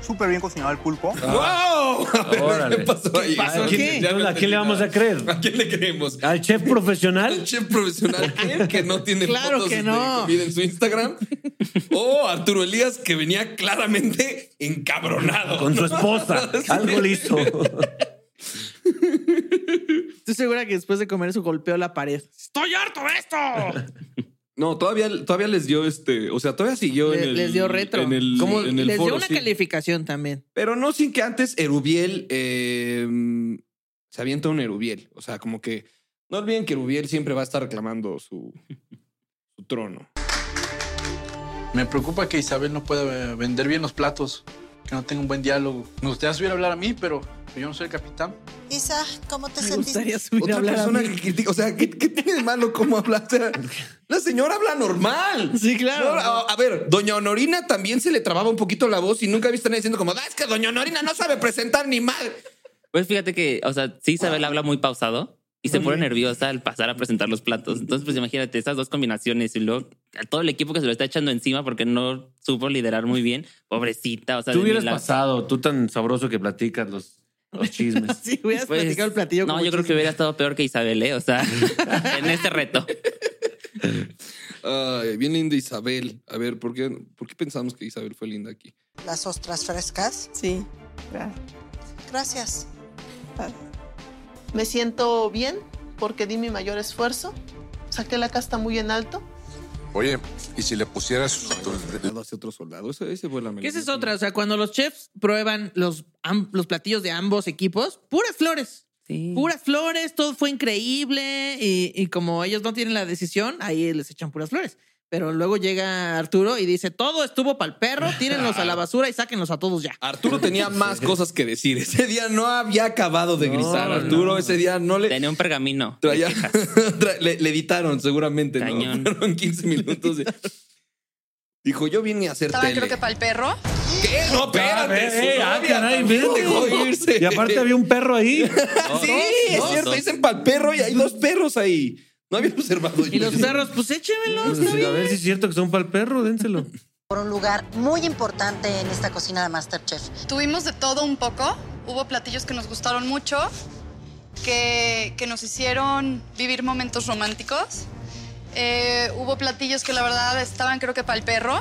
súper bien cocinado el pulpo.
Ah.
¡Wow! A ver,
Órale.
¿Qué pasó ahí?
¿A quién, ¿A quién le vamos a creer?
¿A quién le creemos?
¿Al chef profesional? ¿Al
chef profesional Ken, que no tiene
Claro
fotos
que
de
no.
comida en su Instagram? O Arturo Elías, que venía claramente encabronado.
Con su
¿no?
esposa. Algo le hizo.
Estoy segura que después de comer eso golpeó la pared.
¡Estoy harto de esto!
No, todavía, todavía les dio este. O sea, todavía siguió en
Le-
el.
les dio retro.
En el,
Como
en el
les
foro,
dio una
sí.
calificación también.
Pero no sin que antes Erubiel eh, se avienta un Erubiel. O sea, como que. No olviden que Erubiel siempre va a estar reclamando su, su trono.
Me preocupa que Isabel no pueda eh, vender bien los platos, que no tenga un buen diálogo. Me gustaría subir a hablar a mí, pero yo no soy el capitán.
Isa, ¿cómo te
Me
sentiste?
gustaría subir a hablar a mí.
que critica. O sea, ¿qué, qué tiene de malo cómo habla? O sea, la señora habla normal.
Sí, claro.
No, a, a ver, doña Honorina también se le trababa un poquito la voz y nunca viste a nadie diciendo como, "Ah, es que doña Honorina no sabe presentar ni mal.
Pues fíjate que, o sea, sí Isabel habla muy pausado y se pone nerviosa al pasar a presentar los platos. Entonces, pues imagínate esas dos combinaciones y luego a todo el equipo que se lo está echando encima porque no supo liderar muy bien. Pobrecita, o sea,
Tú
de mí
hubieras
la-
pasado, tú tan sabroso que platicas los
Los chismes.
Sí, hubieras
Pues,
platicado el platillo
No,
como
yo creo que
chisme.
hubiera estado peor que Isabel, ¿eh? O sea, en este reto.
Ay, bien linda Isabel. A ver, ¿por qué, ¿por qué pensamos que Isabel fue linda aquí?
Las ostras frescas.
Sí.
Gracias.
Me siento bien porque di mi mayor esfuerzo. Saqué la casta muy en alto.
Oye, ¿y si le pusieras
hacia otro soldado? Ese, ese fue la
Que esa es otra. O sea, cuando los chefs prueban los, am- los platillos de ambos equipos, puras flores. Puras flores, todo fue increíble. Y, y como ellos no tienen la decisión, ahí les echan puras flores. Pero luego llega Arturo y dice: Todo estuvo para el perro, tírenlos a la basura y sáquenlos a todos ya.
Arturo tenía más cosas que decir. Ese día no había acabado de grisar. Arturo ese día no le...
Tenía un pergamino.
traía- tra- le, le editaron seguramente. ¿no? Fueron 15 minutos. de- Dijo, yo vine a hacer
Ah,
Estaba
tele.
creo que para el perro.
¿Qué? No,
Ah,
espérate.
eh,
ah. su novia también dejó irse.
Y aparte había un perro ahí.
sí, es cierto. Dicen pa'l perro y hay dos perros ahí. No había observado yo.
Y los perros, pues échemelos.
Pues, a ver si es cierto que son para el perro, dénselo.
por un lugar ah. muy importante en esta cocina de Masterchef.
Tuvimos de todo un poco. Hubo platillos que nos gustaron mucho, que, que nos hicieron vivir momentos románticos. Eh, hubo platillos que la verdad estaban creo que para el perro,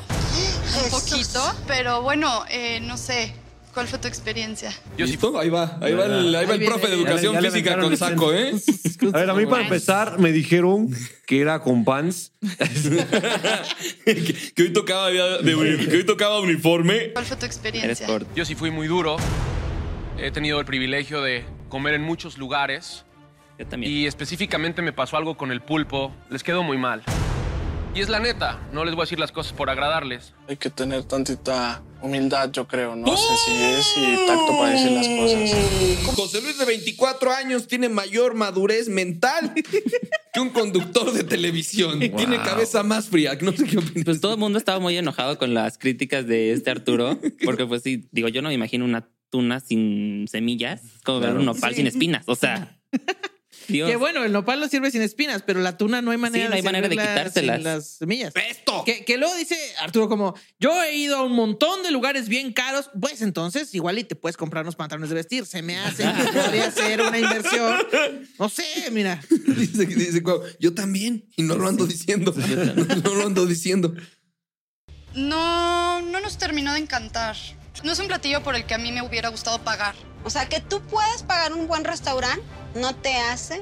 un poquito, pero bueno, eh, no sé, ¿cuál fue tu experiencia?
¿Listo? Ahí va, ahí va el, ahí va el profe de
Ya le-
educación
ya le
física
aventaron
con
el
saco, ¿eh?
A ver, a mí para empezar me dijeron que era con pants.
que hoy tocaba día de uni- que hoy tocaba uniforme.
¿Cuál fue tu experiencia?
Yo sí fui muy duro. He tenido el privilegio de comer en muchos lugares.
Yo también.
Y específicamente me pasó algo con el pulpo. Les quedó muy mal. Y es la neta. No les voy a decir las cosas por agradarles.
Hay que tener tantita humildad, yo creo, ¿no? Sencillez y tacto para decir las cosas.
Mm.
José Luis de 24 años tiene mayor madurez mental que un conductor de televisión. Tiene cabeza más fría. No sé qué opinas.
Pues todo el mundo estaba muy enojado con las críticas de este Arturo, porque pues sí, digo, yo no me imagino una tuna sin semillas, es como ver
Claro.
un nopal
Sí.
sin espinas, o sea, Dios.
Que bueno, el nopal lo sirve sin espinas, pero la tuna no hay manera
Sí, no hay manera de
servirla
quitárselas.
sin las semillas.
¡Esto!
Que, que luego dice Arturo como, yo he ido a un montón de lugares bien caros, pues entonces igual y te puedes comprar unos pantalones de vestir. Se me hace que podría ser una inversión. No sé, mira.
Dice, dice Cuau, yo también. Y no lo ando diciendo. No lo ando diciendo.
No, no nos terminó de encantar. No es un platillo por el que a mí me hubiera gustado pagar.
O sea, que tú puedas pagar un buen restaurante no te hace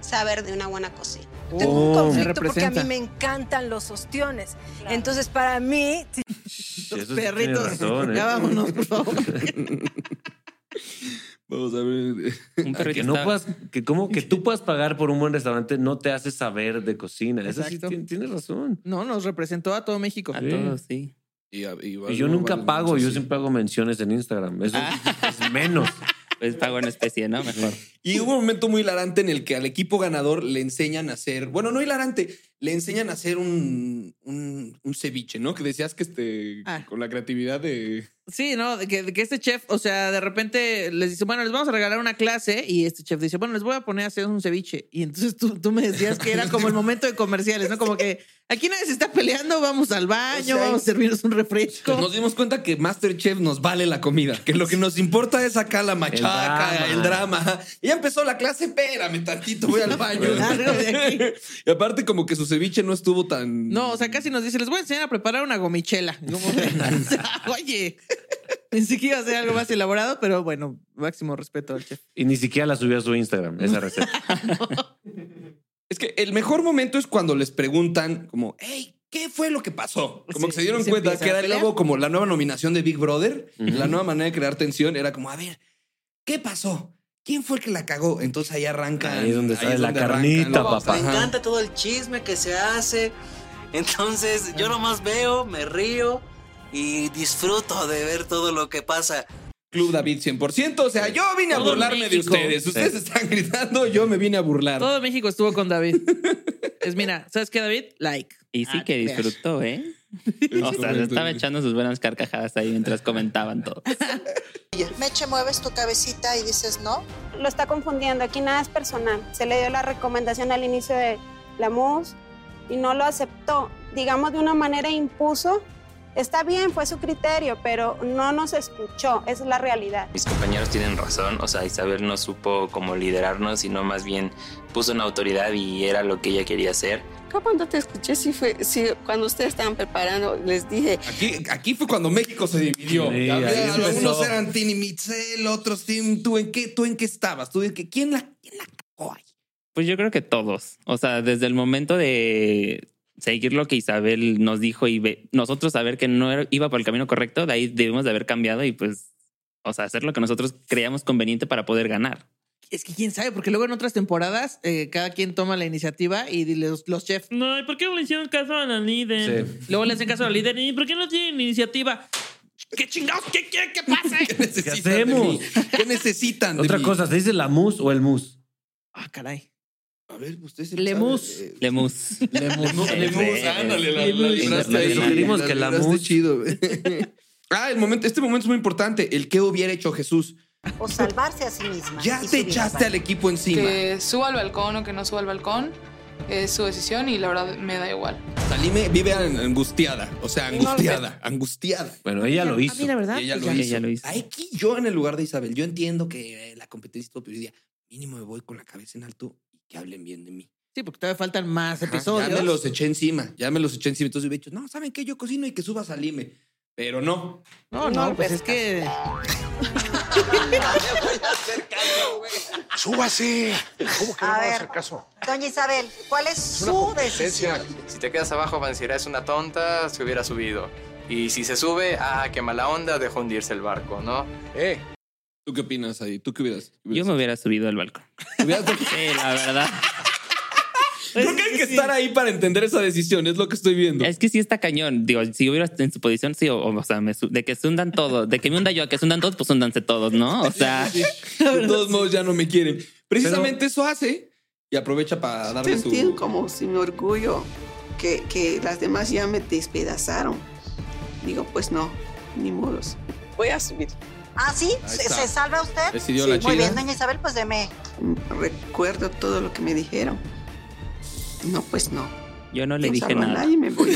saber de una buena cocina.
Tengo un
Oh, me
conflicto porque a mí
representa.
me encantan los ostiones. Entonces, para mí, sí,
Eso sí tiene
perritos,
razón, ¿eh?
ya vámonos,
por favor.
Vamos a ver.
que no puedas, que como que tú puedas pagar por un buen restaurante no te hace saber de cocina. Eso sí
Exacto.
tien- tienes razón.
No, nos representó a todo México.
A Sí. todos,
sí.
Y, a- y
Y yo
vale,
nunca
vale,
pago,
mucho,
yo
sí.
siempre hago menciones en Instagram. Eso es menos.
Ah. Pues pago en especie, ¿no? Mejor.
Y hubo un momento muy hilarante en el que al equipo ganador le enseñan a hacer, bueno, no hilarante, le enseñan a hacer un, un, un ceviche, ¿no? Que decías que este,
Ah.
con la creatividad de...
Sí, ¿no? De que, de que este chef, o sea, de repente les dice, bueno, les vamos a regalar una clase y este chef dice, bueno, les voy a poner a hacer un ceviche. Y entonces tú, tú me decías que era como el momento de comerciales, ¿no? Como que aquí nadie se está peleando, vamos al baño, vamos a servirnos un refresco.
Pues Nos dimos cuenta que Masterchef nos vale la comida, que lo que nos importa es acá la machaca, el
El
drama. Y ya empezó la clase, espérame tantito, voy al baño. y aparte como que su ceviche no estuvo tan...
No, o sea, casi nos dice, les voy a enseñar a preparar una gomichela. Como que, o sea, oye, pensé que iba a ser algo más elaborado, pero bueno, máximo respeto al chef.
Y ni siquiera la subí a su Instagram, esa receta.
Es que el mejor momento es cuando les preguntan como, hey, ¿qué fue lo que pasó?
Sí,
Como que se dieron
y se
cuenta
empiezan a
que era el
pelear.
nuevo, como la nueva nominación de Big Brother, la nueva manera de crear tensión era como, a ver, ¿qué pasó? ¿Quién fue el que la cagó? Entonces ahí arranca.
Ahí es donde sale la
arrancan
carnita,
los-
papá.
Me
Ajá.
encanta todo el chisme que se hace. Entonces yo nomás veo, me río y disfruto de ver todo lo que pasa.
Club David 100%, o sea, yo vine a
Todo
burlarme
México.
de ustedes.
Sí.
Ustedes están gritando, yo me vine a burlar.
Todo México estuvo con David. Es mira, ¿sabes qué, David? Like.
Y sí
Ah,
que
veas.
disfrutó, ¿eh? O sea, se estaba echando sus buenas carcajadas ahí mientras comentaban todo.
Meche, mueves tu cabecita y dices no.
Lo está confundiendo, aquí nada es personal. Se le dio la recomendación al inicio de la MUS y no lo aceptó. Digamos de una manera impuso Está bien, fue su criterio, pero no nos escuchó, esa es la realidad.
Mis compañeros tienen razón, o sea, Isabel no supo como liderarnos, sino más bien puso una autoridad y era lo que ella quería hacer.
Yo cuando te escuché, sí fue, sí, cuando ustedes estaban preparando, les dije,
Aquí, aquí fue cuando México se dividió. Ya
ahí
ves,
empezó.
algunos eran Team Mitzel, otros Team. ¿Tú en qué, tú en qué estabas? ¿Tú en qué? ¿Quién la, quién la cagó ahí?
Pues yo creo que todos. O sea, desde el momento de seguir lo que Isabel nos dijo y ve- nosotros saber que no era- iba por el camino correcto, de ahí debimos de haber cambiado y pues, o sea, hacer lo que nosotros creíamos conveniente para poder ganar.
Es que quién sabe, porque luego en otras temporadas eh, cada quien toma la iniciativa y di- los, los chefs, no, ¿y por qué no le hicieron caso a la líder?
Sí.
Luego le hacen caso a la líder, ¿y por qué no tienen iniciativa? ¿Qué chingados? ¿Qué quieren que pase?
¿Qué hacemos?
¿Qué necesitan?
Otra cosa, ¿se dice la mus o el mus?
Ah, caray.
A ver, ustedes.
Lemus.
Lemus.
Lemus. Lemus, ándale, la, la
Lemus.
libraste
Le
ahí,
sugerimos que la
libraste
mus-
chido. güey. ah, el momento, este momento es muy importante. El que hubiera hecho Jesús.
O salvarse a sí misma.
Ya te echaste al equipo encima.
Que suba al balcón o que no suba al balcón es su decisión y la verdad me da igual.
Salime vive an- angustiada, o sea,
Y no lo
angustiada, angustiada.
Bueno, ella lo hizo.
mí la Ella lo, hizo. Aquí yo en el lugar de Isabel, yo entiendo que eh, la competencia estuvo, pero yo diría, mínimo me voy con la cabeza en alto y que hablen bien de mí.
Sí, porque todavía faltan más
Ajá,
episodios.
Ya me los eché encima, ya me los eché encima. Entonces hubiera dicho, no, ¿saben qué? Yo cocino y que suba Salime. Pero no.
No, no, pues es que.
¡Súbase! ¿Cómo que no
A
me van a
ver.
hacer caso?
Doña Isabel, ¿cuál es
Es una
su
competencia.
decisión?
Si te quedas abajo, Vancera "Ah, es una tonta, se hubiera subido. Y si se sube, ah, qué mala onda, dejó hundirse el barco, ¿no?
Eh. ¿Tú qué opinas ahí? ¿Tú qué hubieras?
Yo me hubiera subido al balcón. sí, la verdad.
Creo que hay que estar ahí para entender esa decisión, es lo que estoy viendo.
Es que sí está cañón. Digo, si hubiera estado en su posición, sí, o, o sea, me su- de que se hundan todos, de que me hunda yo, a que se hundan todos, pues hundanse todos, ¿no? O sea,
De todos modos ya no me quieren. Precisamente eso hace y aprovecha para darle su...
Sentí como si me orgullo que, que las demás ya me despedazaron. Digo, pues no, ni modos.
Voy a subir. ¿Ah, sí?
¿Se- está. se
salva usted?
Decidió Sí. la
Muy
chida.
bien, doña Isabel, pues deme.
Recuerdo todo lo que me dijeron. No, pues no.
yo no le
No
dije
salvo a
nada.
nadie, me voy.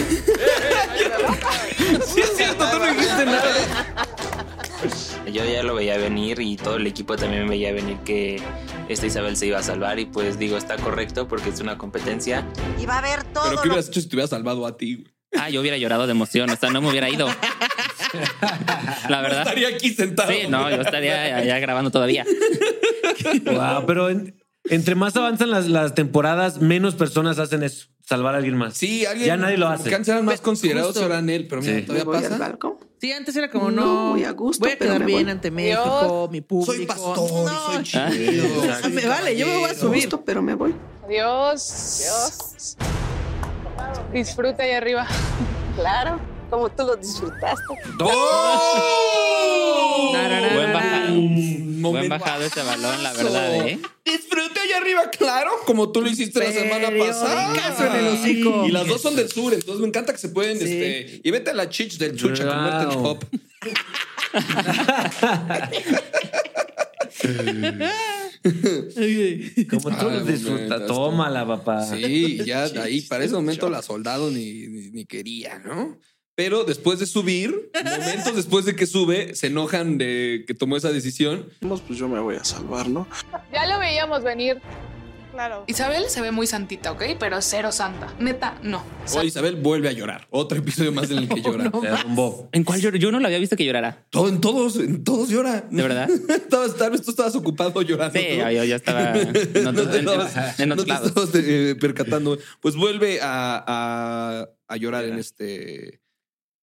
Sí, es cierto, tú no dijiste nada.
Yo ya lo veía venir y todo el equipo también veía venir que esta Isabel se iba a salvar y pues digo, está correcto porque es una competencia.
Y va a haber todo
Pero
lo
¿qué
que
hubieras
hecho si te hubiera salvado a ti?
Ah, yo hubiera llorado de emoción, o sea, no me hubiera ido. La verdad.
estaría aquí sentado.
Sí, no, yo estaría allá grabando todavía.
Wow, pero en- entre más avanzan las, las temporadas, menos personas hacen eso, salvar a alguien más.
Sí, alguien-
Ya nadie lo
como
hace.
que antes eran más considerados,
justo. ahora
en él, pero mira, todavía
pasa? Sí, antes era como no.
muy a gusto,
voy a
pero
quedar
me
bien
voy.
ante México, mi público. Soy pastor, soy
chido.
Ah, me vale, yo me voy a subir.
Gusto, pero me voy.
Adiós. Disfruta ahí arriba. Claro, como tú lo disfrutaste.
Buen bajado. Buen bajado ese balón, la verdad, ¿eh?
Disfrute allá arriba, claro, como tú lo hiciste la semana pasada. Y las dos son del sur, entonces me encanta que se pueden, este, y vete a la chich del chucha a comerte el
Wow.
hop.
Como tú lo disfrutas, tómala, papá.
Ah, Sí, ya de ahí, para ese momento la soldado ni, ni, ni quería, ¿no? Pero después de subir, momentos después de que sube, se enojan de que tomó esa decisión.
Pues yo me voy a salvar, ¿no?
Ya lo veíamos venir. Claro. Isabel se ve muy santita, ¿ok? Pero cero santa. Neta, no.
Hoy Isabel vuelve a llorar. Otro episodio más en el que llora.
no Se
derrumbó.
¿En cuál lloró? Yo no lo había visto que llorara.
Todo, en todos, en todos llora.
¿De verdad?
Estabas- tal vez tú estabas ocupado llorando.
Sí,
¿no?
yo, yo estaba en otros-
No te
en-
estabas-
en
no
otros
te
lados.
estabas, eh, percatando. Pues vuelve a, a- a llorar en este.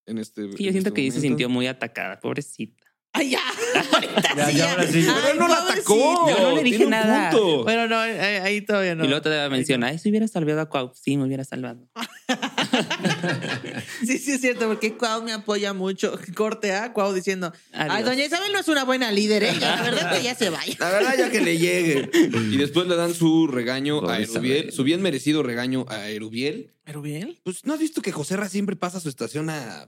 En este.
Sí, yo siento que ahí se sintió muy atacada, pobrecita.
Ya, ya, Ah, ahora
sí.
Pero él no la atacó.
Yo no le dije
Tiene un
nada.
punto.
Bueno, no, ahí, ahí todavía no.
Y luego te menciona, ay, si hubiera salvado a Cuau, sí, me hubiera salvado.
Sí, sí, es cierto, porque Cuau me apoya mucho. Corte a Cuau diciendo: Ay,
Adiós.
doña Isabel no es una buena líder, ¿eh? La verdad que ya se vaya.
La verdad, ya que le llegue. Y después le dan su regaño a Erubiel, su bien merecido regaño a Erubiel.
Pero bien.
Pues no has visto que José Ra siempre pasa su estación a.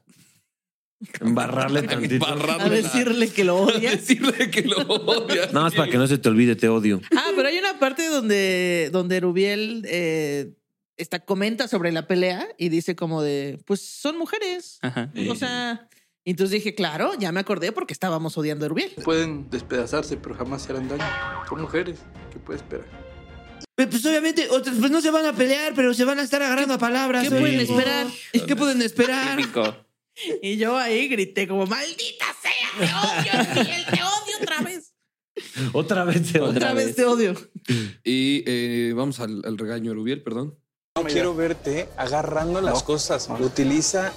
Embarrarle tantito.
A decirle que lo odia.
decirle que lo odia.
Nada más para que no se te olvide, te odio.
Ah, pero hay una parte donde, donde Rubiel eh, esta, comenta sobre la pelea y dice como de, pues son mujeres.
Ajá.
O sea, y entonces dije, claro, ya me acordé porque estábamos odiando a Urbiel.
Pueden despedazarse, pero jamás se harán daño. Son mujeres. ¿Qué puede esperar?
Pues, pues, obviamente, otras, pues no se van a pelear, pero se van a estar agarrando a palabras.
¿Qué
oye.
pueden esperar?
¿Qué pueden esperar?
Y yo ahí grité como, maldita sea, te odio, Urbiel, te odio otra vez.
Otra vez te
Otra vez te odio.
Y eh, vamos al, al regaño de Rubiel, perdón.
No quiero verte agarrando las cosas. Utiliza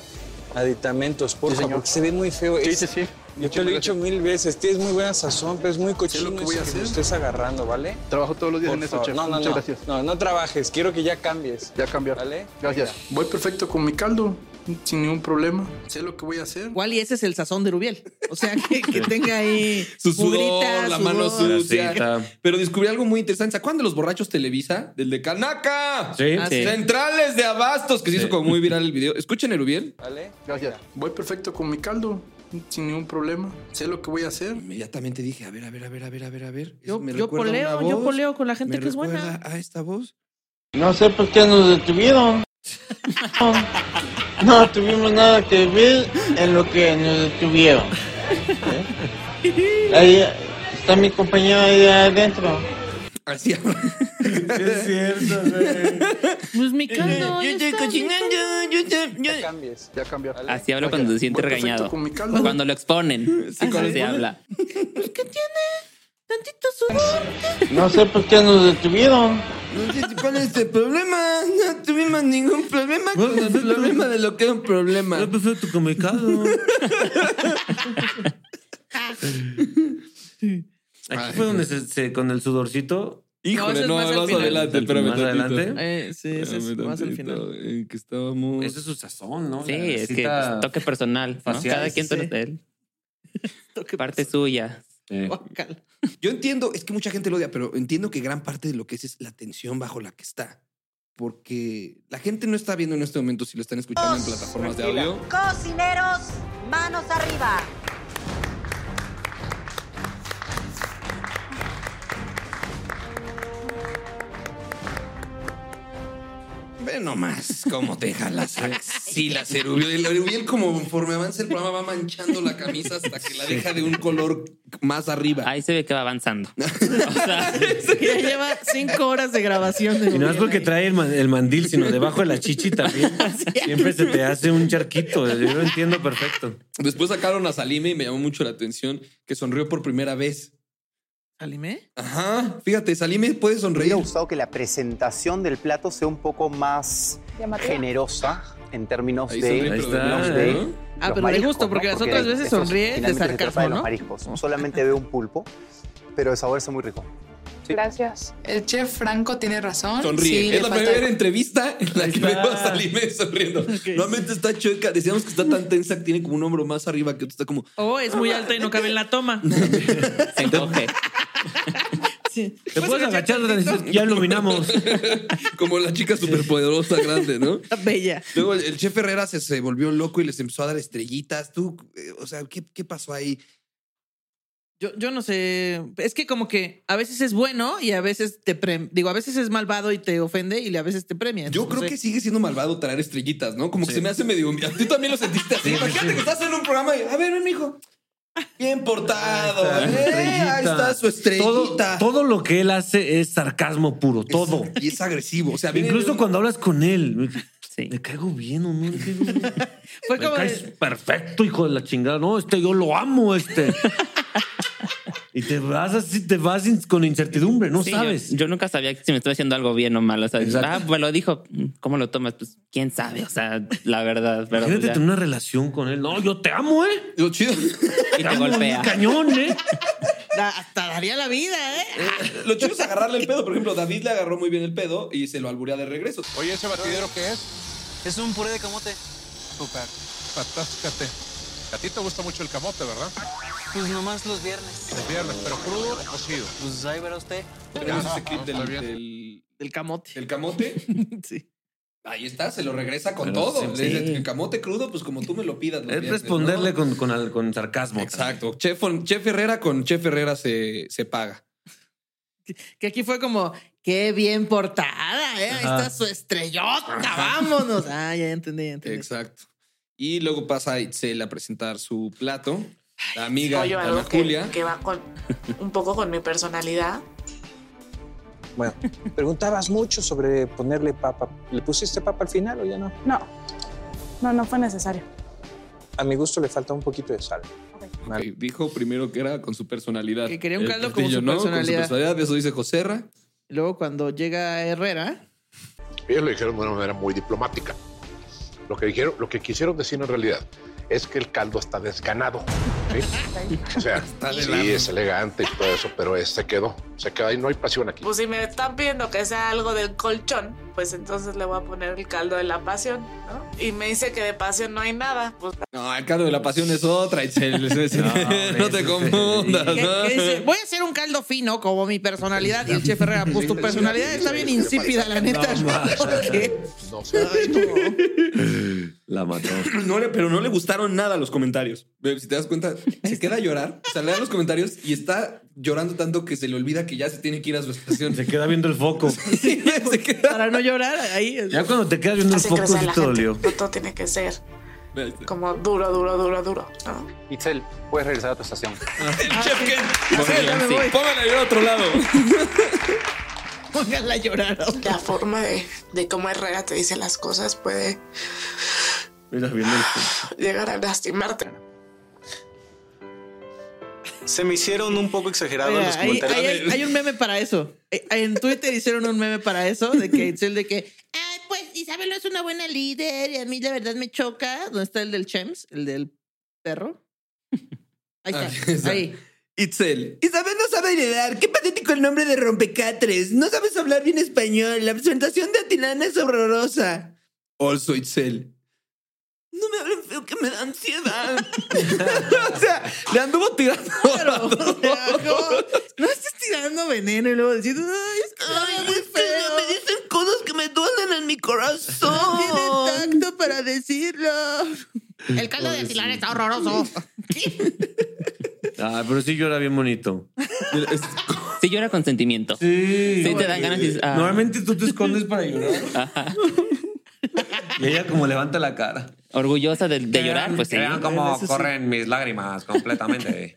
aditamentos, por favor, porque se ve muy feo.
Sí,
Es-
sí, sí.
Yo te lo he dicho mil veces. Tienes muy buena sazón, pero es muy cochino
lo que
eso
voy a
que
hacer.
lo estés agarrando, ¿vale?
Trabajo todos los días
Por
en eso,
favor.
chef.
No, no,
Muchas
no.
gracias.
No, no trabajes. Quiero que ya cambies.
Ya cambiar.
¿Vale?
Gracias. Voy perfecto con mi caldo, sin ningún problema. Sé lo que voy a hacer.
¿Cuál y ese es el sazón de Rubiel? O sea, que, que tenga ahí
Su sudor,
mugrita,
la mano
sudor.
sucia. Pero descubrí algo muy interesante. ¿Se acuerdan de los borrachos Televisa? Del de Canaca.
Sí.
Ah,
sí.
Centrales de Abastos, que se hizo como muy viral el video. Escuchen el bien.
¿Vale?
Gracias. Voy perfecto con mi caldo, sin ningún problema. Sé lo que voy a hacer.
Inmediatamente dije, a ver, a ver, a ver, a ver, a ver, a ver.
Yo,
Me
yo
recuerda
poleo,
una
yo
voz,
poleo con la gente
me
que es buena.
recuerda A esta voz.
No sé por qué nos detuvieron. No tuvimos nada que ver en lo que nos detuvieron. Ahí está mi compañero ahí adentro.
Así
es cierto, güey.
Pues mi caldo,
Yo
ahí
estoy
está, mi
cocinando,
caldo.
yo estoy... yo-
cambies, ya cambiar.
Así habla cuando se siente
Voy perfecto
regañado.
con mi caldo.
Cuando lo exponen,
Sí, cuando
así se
exponen.
habla.
Tantito sudor.
No sé por qué nos detuvieron. No sé cuál es
este
el problema. No tuvimos ningún problema con el problema de lo que era un problema.
Yo pensé tu comecado. Aquí fue donde se, se- con el sudorcito.
Híjole, no,
No, eso es más al
más,
final.
adelante, espérame
Más
tantito.
adelante.
Eh, sí, ese es
Espérame
más al final.
tantito, en que estábamos...
Ese es su sazón, ¿no?
Sí,
La
es que
receta-
pues, toque personal. ¿no?
facial,
Cada quien
sí.
tiene él. parte suya.
Guácala.
Yo entiendo, es que mucha gente lo odia, pero entiendo que gran parte de lo que es es la tensión bajo la que está. Porque la gente no está viendo en este momento si lo están escuchando en plataformas de audio.
Cocineros, manos arriba.
Ve nomás cómo te jalas axilas, Erubiel. El Erubiel, como conforme avanza el programa, va manchando la camisa hasta que la deja de un color más arriba.
Ahí se ve que va avanzando.
Ya lleva cinco horas de grabación. de
Y no es
Rubiel
porque
ahí.
trae el, man- el mandil, sino debajo de la chichi también. Siempre se te hace un charquito. Yo lo entiendo perfecto.
Después sacaron a Salime y me llamó mucho la atención que sonrió por primera vez.
¿Salime?
Ajá, fíjate, Salime puede
Me
sonreír.
hubiera gustado que la presentación del plato sea un poco más
Llamativa.
generosa en términos
Ahí
de
sonríe,
los
pero de lado,
de
¿no?
Ah,
los
pero le gusta, porque las otras veces
eso,
sonríe de
finalmente se trata
sarcasmo,
los
¿no?
mariscos. Solamente veo un pulpo, pero el sabor es muy rico.
Gracias. El chef Franco tiene razón.
Sonríe.
Sí,
es
le
la
falta-
primera entrevista en la que veo a Salime sonriendo. Normalmente está chueca. Decíamos que está tan tensa que tiene como un hombro más arriba que otro está como.
Oh.
O es muy alta y no cabe en la toma.
Se encoge.
Sí. Pues,
Te puedes agachar, ya iluminamos.
Como la chica superpoderosa grande, ¿no?
Bella.
Luego el, el chef Herrera se, se volvió loco y les empezó a dar estrellitas. Tú, eh, o sea, ¿qué, qué pasó ahí?
Yo, yo no sé. Es que como que a veces es bueno y a veces te premia. Digo, a veces es malvado y te ofende y a veces te premia.
Yo creo que sigue siendo malvado traer estrellitas, ¿no? Como que se me hace medio. Tú también lo sentiste así. Imagínate que estás en un programa y. A ver, ven, mijo. Bien portado.
Ahí está,
eh,
estrellita.
ahí está su estrellita.
Todo, todo lo que él hace es sarcasmo puro, todo.
Y es agresivo. O sea, viene de
Incluso
un-
cuando hablas con él. me- ¿Le caigo bien o no le caigo bien?
Fue
Me
como
caes
de-
perfecto, hijo de la chingada. No, este yo lo amo, este. y te vas así, te vas in- con incertidumbre, no
Sí,
sabes.
Yo, yo nunca sabía si me estaba haciendo algo bien o mal. O sea,
Exacto.
ah, pues lo dijo. ¿Cómo lo tomas? Pues quién sabe. O sea, la verdad. Pero
Imagínate
ya.
tener una relación con él. No, yo te amo, ¿eh?
Lo chido.
y te golpea.
Cañón, ¿eh?
Da- hasta daría la vida, ¿eh?
Lo chido es agarrarle el pedo. Por ejemplo, David le agarró muy bien el pedo y se lo alburea de regreso.
Oye, ¿ese batidero qué es?
Es un puré de camote.
Súper. Patáscate. A ti te gusta mucho el camote, ¿verdad?
Pues nomás los viernes.
Los viernes, pero crudo o cocido.
Pues ahí verá usted.
Tenemos ese clip del,
Está bien.
del,
Del camote.
del camote.
Sí.
Ahí está, se lo regresa con
Pero
todo.
sí,
Le dice,
sí.
el camote crudo, pues como tú me lo pidas. los
Es
viernes",
responderle
¿no?
con, con, al- con sarcasmo.
Exacto. Chef, Chef Herrera con Chef Herrera se, se paga.
Que aquí fue como, Qué bien portada, ¿eh? Ahí
Ajá.
está su estrellota, vámonos. Ah, ya entendí, ya entendí.
Exacto. Y luego pasa Itzel a presentar su plato. La amiga,
Digo yo
la
algo que,
Julia.
que va con un poco con mi personalidad.
Bueno, preguntabas mucho sobre ponerle papa. ¿Le pusiste papa al final o ya no?
No, no, no fue necesario.
A mi gusto le falta un poquito de sal.
Ok, Dijo primero que era con su personalidad.
Que quería un
El
caldo como su
¿no?
personalidad.
Con su personalidad, eso dice Joserra.
Luego cuando llega Herrera,
Ellos lo dijeron de una manera muy diplomática. Lo que dijeron, lo que quisieron decir en realidad es que el caldo está desganado. ¿sí? O sea, sí,
delano.
es elegante y todo eso, pero es- se quedó. Se quedó ahí, no hay pasión aquí.
Pues si me están pidiendo que sea algo del colchón, pues entonces le voy a poner el caldo de la pasión, ¿no? Y me dice que de pasión no hay nada. Pues
No, el caldo de la pasión es otra, Itzel. no, este, te confundas.
que-
¿no?
que dice, voy a hacer un caldo fino como mi personalidad. Y el chef Herrera, pues tu personalidad está bien insípida, la neta.
No, ma.
¿Por qué?
La mató. No le- pero no le gustaron nada los comentarios. Ve, Si te das cuenta, se queda a llorar. O sea, le dan los comentarios y está llorando tanto que se le olvida que ya se tiene que ir a su estación. Se
queda viendo el foco.
Para no llorar, ahí.
Ya cuando te quedas viendo el
Así
foco,
crece
sí
la
te
gente. Pues
dolió.
todo tiene que ser como duro, duro, duro, duro, ¿no? Ah,
Itzel, puedes regresar a tu estación.
Póngala a otro lado.
Pónganla a llorar. La forma de, de cómo Herrera te dice las cosas puede llegar a lastimarte.
Se me hicieron un poco exagerados
Mira,
los
ahí-
comentarios.
ahí hay, hay un meme para eso. Eh, En Twitter hicieron un meme para eso, de que Itzel de que, ay, pues Isabel no es una buena líder y a mí la verdad me choca. ¿Dónde está el del Chems? El del perro. Ahí
Ahí
está.
está.
Ahí.
Itzel.
Isabel no sabe heredar. Qué patético el nombre de rompecatres. No sabes hablar bien español. La presentación de Atilana es horrorosa.
Also Itzel.
No me hablen feo que me da ansiedad.
o sea, le anduvo tirando.
No estés tirando veneno y luego diciendo, ay, es que
Ay, es que me dicen cosas que me duelen en mi corazón.
Tiene tacto para decirlo. El caldo de Atilana está horroroso.
Ah, pero sí llora bien bonito.
Sí llora con sentimiento. Sí. te dan ganas y dices, ah.
Normalmente tú te escondes para llorar. Y ella como levanta la cara.
Orgullosa de, de llorar, pues sí.
mis lágrimas completamente.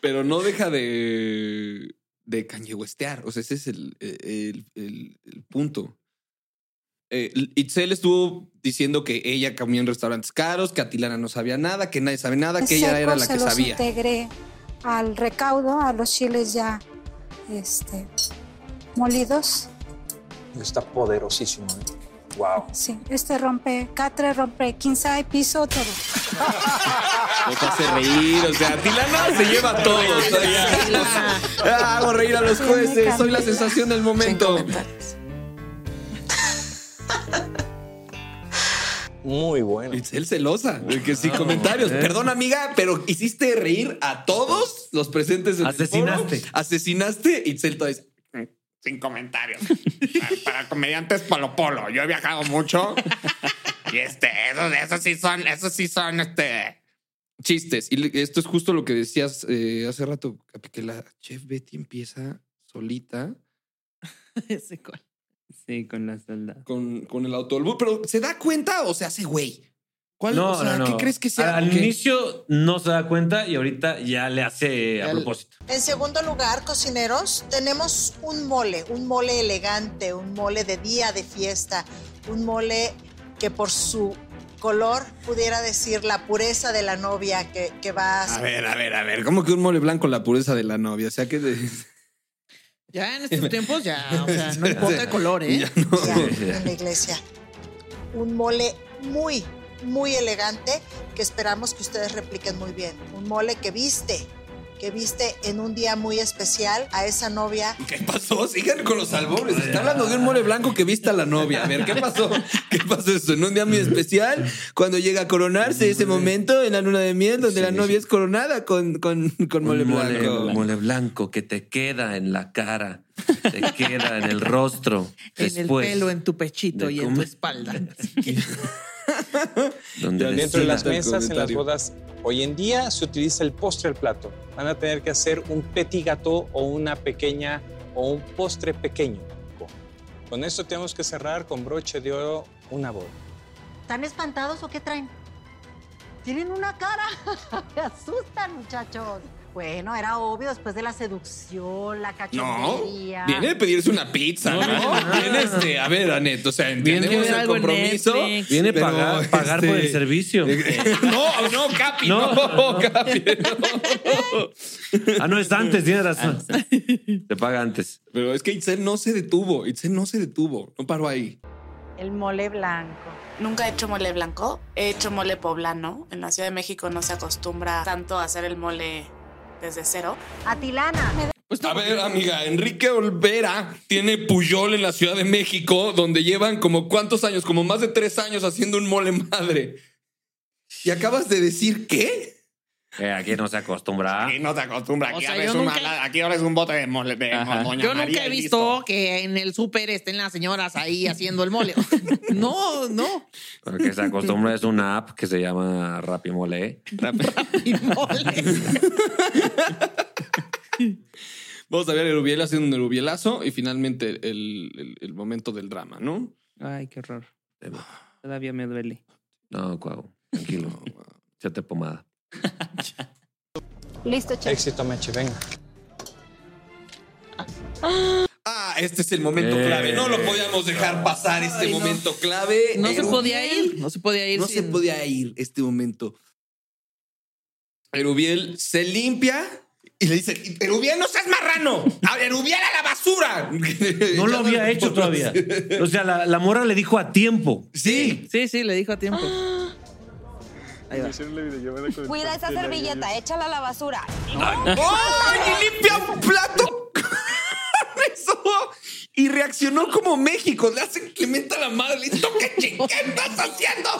Pero no deja de, de cañehuestear. O sea, ese es el, e, el- el- el punto. Eh, Itzel estuvo diciendo que ella comía en restaurantes caros, que Atilana no sabía nada, que nadie sabe nada, que ella
Seco
era la
se
que
los
sabía.
integré al recaudo, a los chiles ya este, molidos.
Está poderosísimo. ¿eh? Wow.
Sí, este rompe catre, rompe quinza y piso, todo.
Nos hace reír, o sea, Atilana se lleva a todos. Ah, hago reír a los jueces, soy la sensación del momento.
Muy bueno. Ah,
Itzel celosa, de que sin comentarios.
eh.
Perdón, amiga, pero hiciste reír a todos los presentes. en el
Asesinaste.
foro. Asesinaste. Itzel todavía dice, "Mm, sin comentarios. Para comediantes Polo Polo. Yo he viajado mucho. y este, esos, esos sí son, esos sí son este. Chistes. Y le- esto es justo lo que decías eh, hace rato, Capi, que la chef Betty empieza solita.
Ese cual.
Sí, con la solda. Con, con el autobús. Pero ¿se da cuenta o se hace güey? ¿Cuál?
No,
o sea,
no, no.
¿Qué crees que sea?
Al, al
¿Qué?
inicio no se da cuenta y ahorita ya le hace a propósito.
En segundo lugar, cocineros, tenemos un mole, un mole elegante, un mole de día de fiesta, un mole que por su color pudiera decir la pureza de la novia que, que va
A ver, a ver, a ver. ¿Cómo que un mole blanco la pureza de la novia? O sea, que... de-
Ya en estos tiempos, ya, Ah, o sea, no importa el color, ¿eh?
Ya no.
en la iglesia. Un mole muy, muy elegante que esperamos que ustedes repliquen muy bien. Un mole que viste, que viste en un día muy especial a esa novia.
¿Qué pasó? Sigan con los albores. Está hablando de un mole blanco que viste a la novia. A ver, ¿qué pasó? ¿Qué pasó eso? En un día muy especial, cuando llega a coronarse ese momento en la luna de miel, donde la novia es coronada con, con, con mole
Un mole
blanco.
blanco. mole blanco que te queda en la cara, te queda en el rostro,
En
después,
el pelo, en tu pechito
de
y en tu
comer.
espalda.
donde
Ya
le
dentro de las
sientas el
mesas, en las
comentario.
bodas, hoy en día se utiliza el postre al plato. Van a tener que hacer un petit gâteau o una pequeña o un postre pequeño. Con esto tenemos que cerrar con broche de oro una boda.
¿Están espantados o qué traen? Tienen una cara. Me asustan, muchachos. Bueno, era obvio después de la seducción, la
No.
cachondería.
Viene a pedirse una pizza, ¿no? Viene este. A ver, Anet, o sea, entendemos
ver
el
algo en
compromiso.
Netflix. Viene
pero,
pagar- pagar por el servicio.
no, no, Capi, no, Capi.
Ah, no, es antes, tienes razón.
Te paga antes. Pero es que Itzel no se detuvo. Itzel no se detuvo. No paró ahí.
El mole blanco. Nunca he hecho mole blanco. He hecho mole poblano. En la Ciudad de México no se acostumbra tanto a hacer el mole desde cero.
Atilana.
a ver, amiga, Enrique Olvera tiene Puyol en la Ciudad de México, donde llevan como cuántos años, como más de tres años haciendo un mole madre. ¿Y acabas de decir qué?
Eh, aquí no se acostumbra. Aquí
no se acostumbra.
aquí sea, abres yo un nunca- mala-
aquí abres un bote de mole.
Yo nunca he visto que en el súper estén las señoras ahí haciendo el mole. No, no.
Lo que se acostumbra es una app que se llama Rappi Mole.
Vamos a ver Erubiel haciendo un erubielazo y finalmente el, el- el momento del drama, ¿no?
Ay, qué horror. Todavía me duele.
No, Cuau, tranquilo. Chate pomada.
Listo, chicos.
Éxito, Meche, venga.
Ah, este es el momento
Eh.
clave. No lo podíamos dejar pasar este
Ay, no.
momento clave.
No se
Erubiel.
podía ir. No se podía ir.
No se
sin-
podía ir este momento. Erubiel se limpia y le dice: Erubiel, no seas marrano. A- Erubiel a la basura.
No lo había hecho todavía. O sea, la, la morra le dijo a tiempo.
Sí.
Sí, sí, le dijo a tiempo.
Ah.
Ahí va.
Cuida esa servilleta, échala a la basura.
¡Ay, limpia un plato! Eso. Y reaccionó como México. Le hace que meta la madre. Le dice, "¿Tú qué chinga estás haciendo?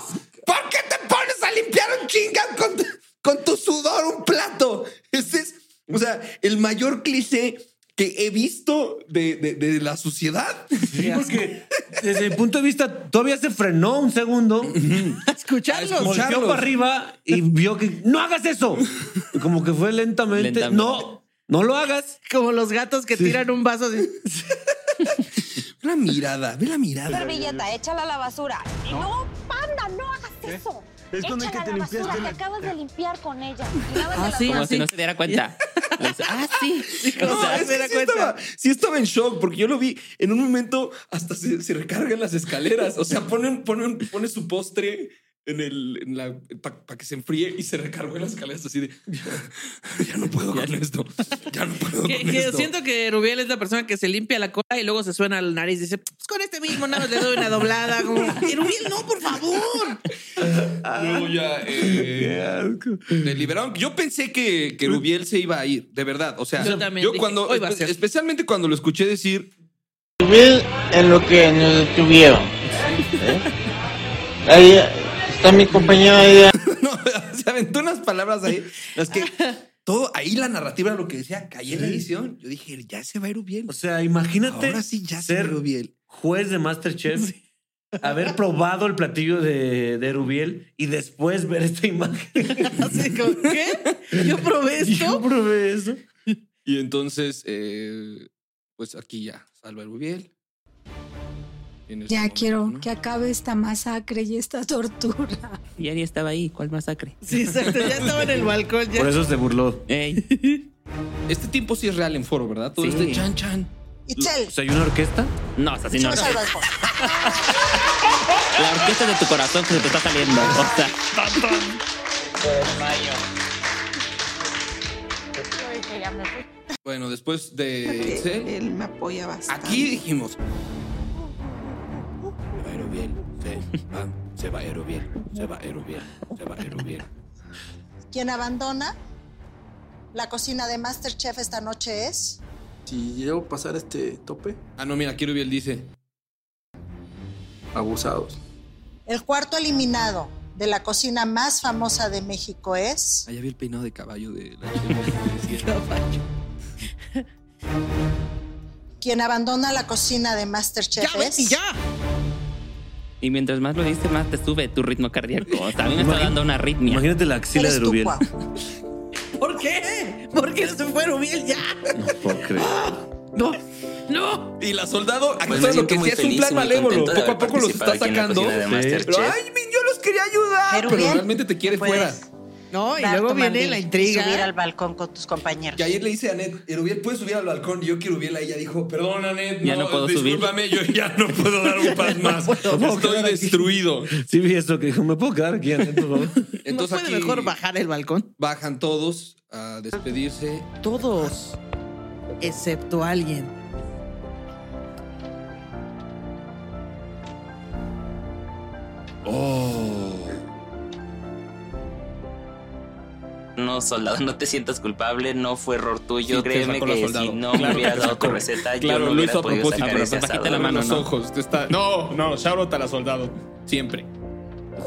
¿Por qué te pones a limpiar un chinga con, tu- con tu sudor un plato? Ese es, o sea, el mayor cliché que he visto de, de- de la sociedad.
porque desde mi punto de vista todavía se frenó un segundo.
Escucharlos.
Volteó para arriba y vio que no hagas eso. Y Como que fue lentamente.
Lentamente.
No, no lo hagas.
Como los gatos que tiran un vaso. De...
La mirada, ve la mirada.
Servilleta, échala a la basura. No, panda, no hagas eso.
Es con el
échala
que
a
te
la
limpiaste
basura,
la-
te acabas de limpiar con ella.
Ah, sí, Como si no se diera cuenta.
Ah, sí.
No, es que sí, estaba, sí estaba en shock porque yo lo vi en un momento hasta se, se recargan las escaleras. O sea, pone, un- pone, un- pone su postre en el en la para que se enfríe y se recargó en las escaleras así de ya no puedo con esto. Ya no puedo
Que,
con
que
esto.
siento que Rubiel es la persona que se limpia la cola y luego se suena la nariz y dice, pues con este mismo nada más le doy una doblada. Como, "Y Rubiel, no, por favor.
Luego ya eh, le liberaron. Yo pensé que, que Rubiel se iba a ir, de verdad. O sea,
Yo
yo,
también dije,
cuando
"Hoy va a ser".
especialmente cuando lo escuché decir
en lo que nos detuvieron. ¿eh? Ahí está mi compañero ahí.
se aventó unas palabras ahí. Las que todo ahí la narrativa era lo que decía, caí en la edición. Yo dije, ya se va a ir bien.
O sea, imagínate
Ahora sí, ya se
ser
Rubiel.
juez de Masterchef, haber probado el platillo de, de Rubiel y después ver esta imagen.
Así como, ¿qué? Yo probé esto. Yo
probé eso.
Y entonces, eh, pues aquí ya, salva el Rubiel. En este
Ya
momento,
quiero
¿no?
que acabe esta masacre y esta tortura.
Y Ari estaba ahí. ¿Cuál masacre?
Sí, exacto. Ya estaba en el balcón. Ya.
se burló.
Este tipo sí es real en foro, ¿verdad? Todo
Sí.
este chan chan.
Itzel.
sea, ¿hay una orquesta?
No, o sea, si no.
Échame salva el postre.
La orquesta de tu corazón que se te está saliendo. O sea,
Bueno, después de
Porque
Itzel,
Él me apoya bastante.
aquí dijimos. Se va a ir Rubiel, se va, se va a ir Rubiel, se va a ir Rubiel, se va a ir Rubiel.
Quien abandona la cocina de Masterchef esta noche es.
Si llego a pasar este tope,
Ah, no, mira, aquí Rubiel dice.
abusados.
El cuarto eliminado de la cocina más famosa de México es.
Allá Ah, vi el peinado de caballo de la caballo.
Quien abandona la cocina de Masterchef es. ¡Ya,
y mientras más lo dices, más te sube tu ritmo cardíaco. O sea, a mí me está dando una arritmia.
Imagínate la axila de Rubiel.
¿Por qué? ¿Por qué se fue Rubiel ya?
No puedo creer.
No.
No. Y la soldado, aquí
Pues me
todo lo
siento
que
muy
sí es un
feliz y
plan
muy
malévolo.
contento de
Poco a
haber
poco los está
participado aquí en la
sacando.
cocina de Masterchef.
Pero, ay, mi, yo los quería ayudar. Pero,
bien,
realmente te quiere
puedes
fuera.
No,
y luego viene la intriga.
subir al balcón con tus compañeros.
Que ayer le dice a Anet, Erubiel, ¿puedes subir al balcón? Y yo quiero Erubiel, ella dijo, perdón, Anet,
Ya no puedo subir.
discúlpame, yo ya no puedo dar un pas más. Estoy destruido.
Sí, vi esto que dijo, me puedo quedar aquí adentro, por favor?
Entonces
puede
aquí
mejor bajar el balcón?
bajan todos a despedirse.
Todos, excepto alguien.
Oh.
No, soldado, no te sientas culpable, no fue error tuyo.
Sí, te
Créeme
sacó la
que
soldado.
si no me
Claro,
hubieras
te
dado tu
sacó.
receta,
Claro,
yo no
lo
hubiera
hizo a
podido
propósito.
sacar
pero
ese asado.
bajita la mano, los
No.
ojos. te está- No, no, shout a la soldado. Siempre.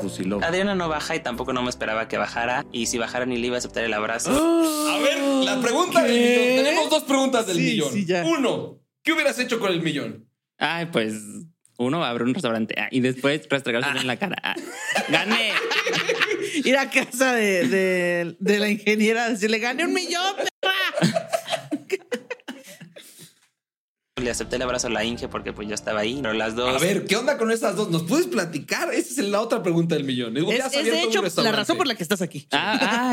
Fusiló.
Adriana no baja y tampoco no me esperaba que bajara. Y si bajara ni le iba a aceptar el abrazo.
A ver, la pregunta del
¿Qué?
millón. Tenemos dos preguntas del
Sí,
millón.
sí,
Uno, ¿qué hubieras hecho con el millón?
Ay, pues uno abre un restaurante ah, y después restregárselo en la cara. Ah, ¡Gané!
Ir a casa de, de- de la ingeniera a decirle, gané un millón.
Le acepté el abrazo a la Inge porque pues yo estaba ahí. Pero las dos.
A ver, ¿qué onda con esas dos? ¿Nos puedes platicar? Esa es la otra pregunta del millón.
Es, es de hecho la razón por la que estás aquí.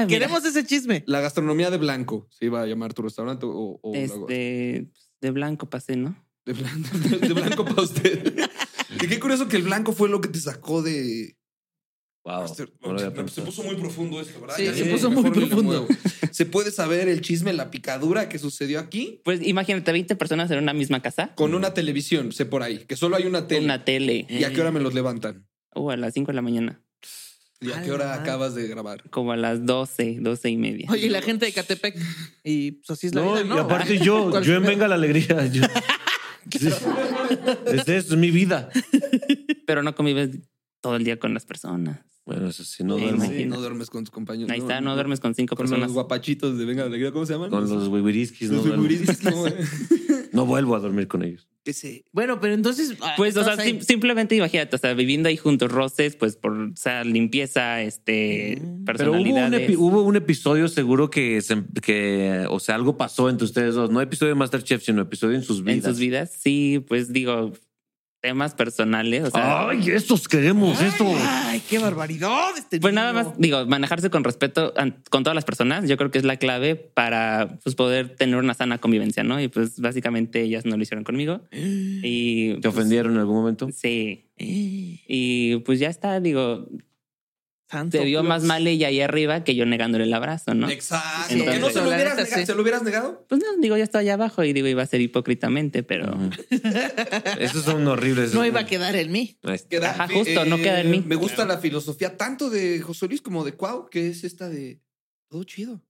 Queremos ese chisme.
Ah, La gastronomía de blanco. Se iba a llamar tu restaurante o, o
Este, de blanco pasé, ¿no?
De blanco, de blanco para usted. y qué curioso que el blanco fue lo que te sacó de. Este,
Wow.
se puso muy profundo esto, ¿verdad?
Sí,
Ya
se
sé,
puso muy
mejor ni le
profundo.
muevo. ¿Se puede saber el chisme, la picadura que sucedió aquí?
Pues imagínate, 20 personas en una misma casa.
Con una televisión, sé por ahí, que solo hay una tele.
Una tele.
¿Y a qué hora me los levantan?
O a las 5 de la mañana.
¿Y
Ah,
a qué hora acabas de grabar?
Como a las 12, 12 y media.
Oye, y la gente de Catepec. Y pues así es la
No,
vida, ¿no?
y aparte yo,
¿Cuál
yo
es
en Venga la Alegría. yo- es esto, es mi vida.
Pero no convives todo el día con las personas.
Bueno, eso sí, no
Sí,
duermo.
imagínate.
No duermes con tus compañeros.
Ahí está, no duermes con cinco
con
personas.
los guapachitos de Venga de Alegría, ¿cómo se llaman?
Con los wiwiriskis.
Los
no duermo.
wiwiriskis, no, eh.
No vuelvo a dormir con ellos.
Bueno, pero entonces. ah,
Pues, o sea,
estás ahí.
sim- simplemente imagínate, o sea, viviendo ahí juntos, roces, pues por, o sea, limpieza,
Mm.
este,
Pero hubo un,
personalidades.
epi- hubo un episodio seguro que, se- que, o sea, algo pasó entre ustedes dos. No episodio de Masterchef, sino episodio en sus
en
vidas.
sus vidas, sí, pues digo, temas personales, o sea.
¡Ay, estos queremos! ¡Estos!
Ay, qué barbaridad. Este
Pues nada más, digo, manejarse con respeto an- con todas las personas, yo creo que es la clave para pues, poder tener una sana convivencia, ¿no? Y pues básicamente ellas no lo hicieron conmigo. Y, pues,
¿Te ofendieron en algún momento?
Sí. Y pues ya está, digo, se vio
Dios.
más mal ella ahí arriba que yo negándole el abrazo, ¿no?
Exacto.
Entonces-
¿Que Ah, no se lo,
La
hubieras
neta,
negado,
sí.
¿Se lo hubieras negado?
Pues no, digo, yo estaba allá abajo y digo, iba a ser hipócritamente, pero...
Esos son
Pues
horribles.
No iba a quedar en mí.
Queda-
Ajá, justo, no queda en mí.
eh, Me gusta la filosofía tanto de José Luis como de Cuau, que es esta de todo chido.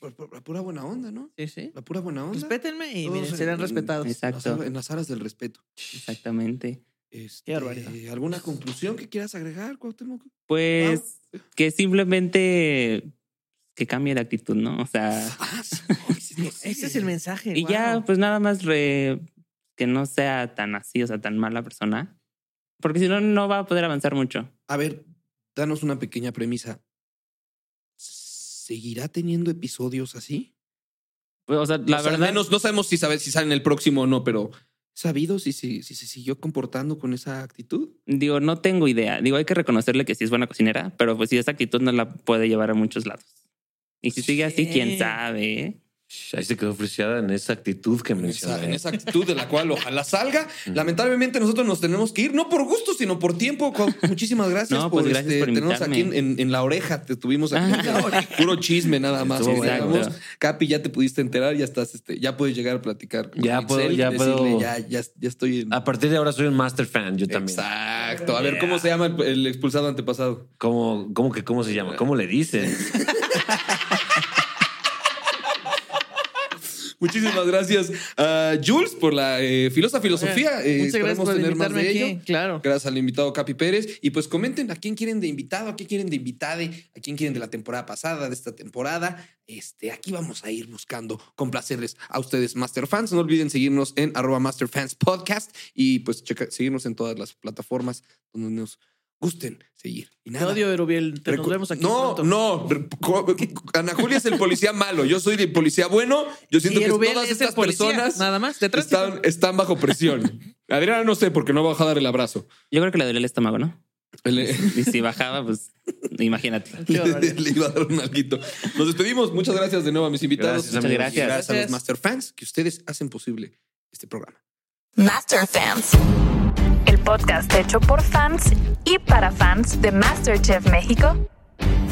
Por- por- La pura buena onda, ¿no?
Sí, sí.
La pura buena onda.
Respétenme y
Todos
miren,
en-
serán
en-
respetados.
las alas- En las aras del respeto.
Exactamente.
Este, ¿Alguna conclusión que quieras agregar, Cuauhtémoc?
Pues que simplemente que cambie de actitud, ¿no? O sea,
Ah,
Ese es el mensaje.
y ya, pues nada más re- que no sea tan así, o sea, tan mala persona. Porque si no, no va a poder avanzar mucho.
A ver, danos una pequeña premisa. ¿Seguirá teniendo episodios así?
Pues, o sea, la
O sea, al
verdad.
menos no sabemos si, sabe, si sale en el próximo o no, pero ¿sabido si, si, si se siguió comportando con esa actitud?
Digo, no tengo idea. Digo, hay que reconocerle que sí es buena cocinera, pero pues si esa actitud no la puede llevar a muchos lados. Y si sigue así, quién sabe. eh?
Ahí se quedó friseada en esa actitud que mencioné.
En esa actitud de la cual ojalá salga. Lamentablemente nosotros nos tenemos que ir, no por gusto, sino por tiempo. Cuau. Muchísimas gracias,
No,
por,
pues, gracias
este,
por
tenernos aquí en,
invitarme.
en- en la oreja. Te tuvimos aquí. en la oreja. Puro chisme nada más.
Estuvo
que
bueno.
digamos. Capi, ya te pudiste enterar, ya estás, este, ya puedes llegar a platicar. con
Ya
Itzel
puedo,
y
ya
decirle,
puedo.
Ya, ya, ya estoy en.
A partir de ahora soy un master fan, yo también.
Exacto. A ver, ¿cómo se llama el, el expulsado antepasado?
¿Cómo, cómo que cómo se llama? ¿Cómo le dicen?
Muchísimas gracias a Jules por la eh, filosa filosofía.
Oye,
Eh,
muchas gracias
esperemos
por
tener más
invitarme
de
aquí,
ello.
Claro.
Gracias al invitado Capi Pérez. Y pues comenten a quién quieren de invitado, a quién quieren de invitade, a quién quieren de la temporada pasada, de esta temporada. Este, aquí vamos a ir buscando complacerles a ustedes, Master Fans. No olviden seguirnos en arroba Master Fans Podcast y pues checa- seguirnos en todas las plataformas donde nos gusten seguir. Y
Te
nada.
odio, Erubiel. Te nos
Recu-
vemos aquí.
no,
pronto.
no. re- co- Ana Julia es el policía malo. Yo soy el policía bueno. Yo siento
Y
que
Erubiel
todas
es el
estas
policía,
personas
nada más, de tránsito.
están, están bajo presión. Adriana no sé porque no va a dar el abrazo.
Yo creo que le duele el estómago, ¿no? Y si bajaba, pues imagínate.
Le, le iba a dar un alguito. Nos despedimos. Muchas gracias de nuevo a mis invitados.
Gracias, amigos.
Y gracias a los
Gracias.
Master Fans que ustedes hacen posible este programa.
Master Fans, el podcast hecho por fans y para fans de MasterChef México,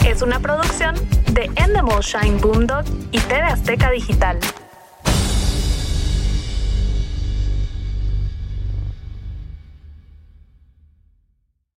es una producción de Endemol Shine Boondog y TV Azteca Digital.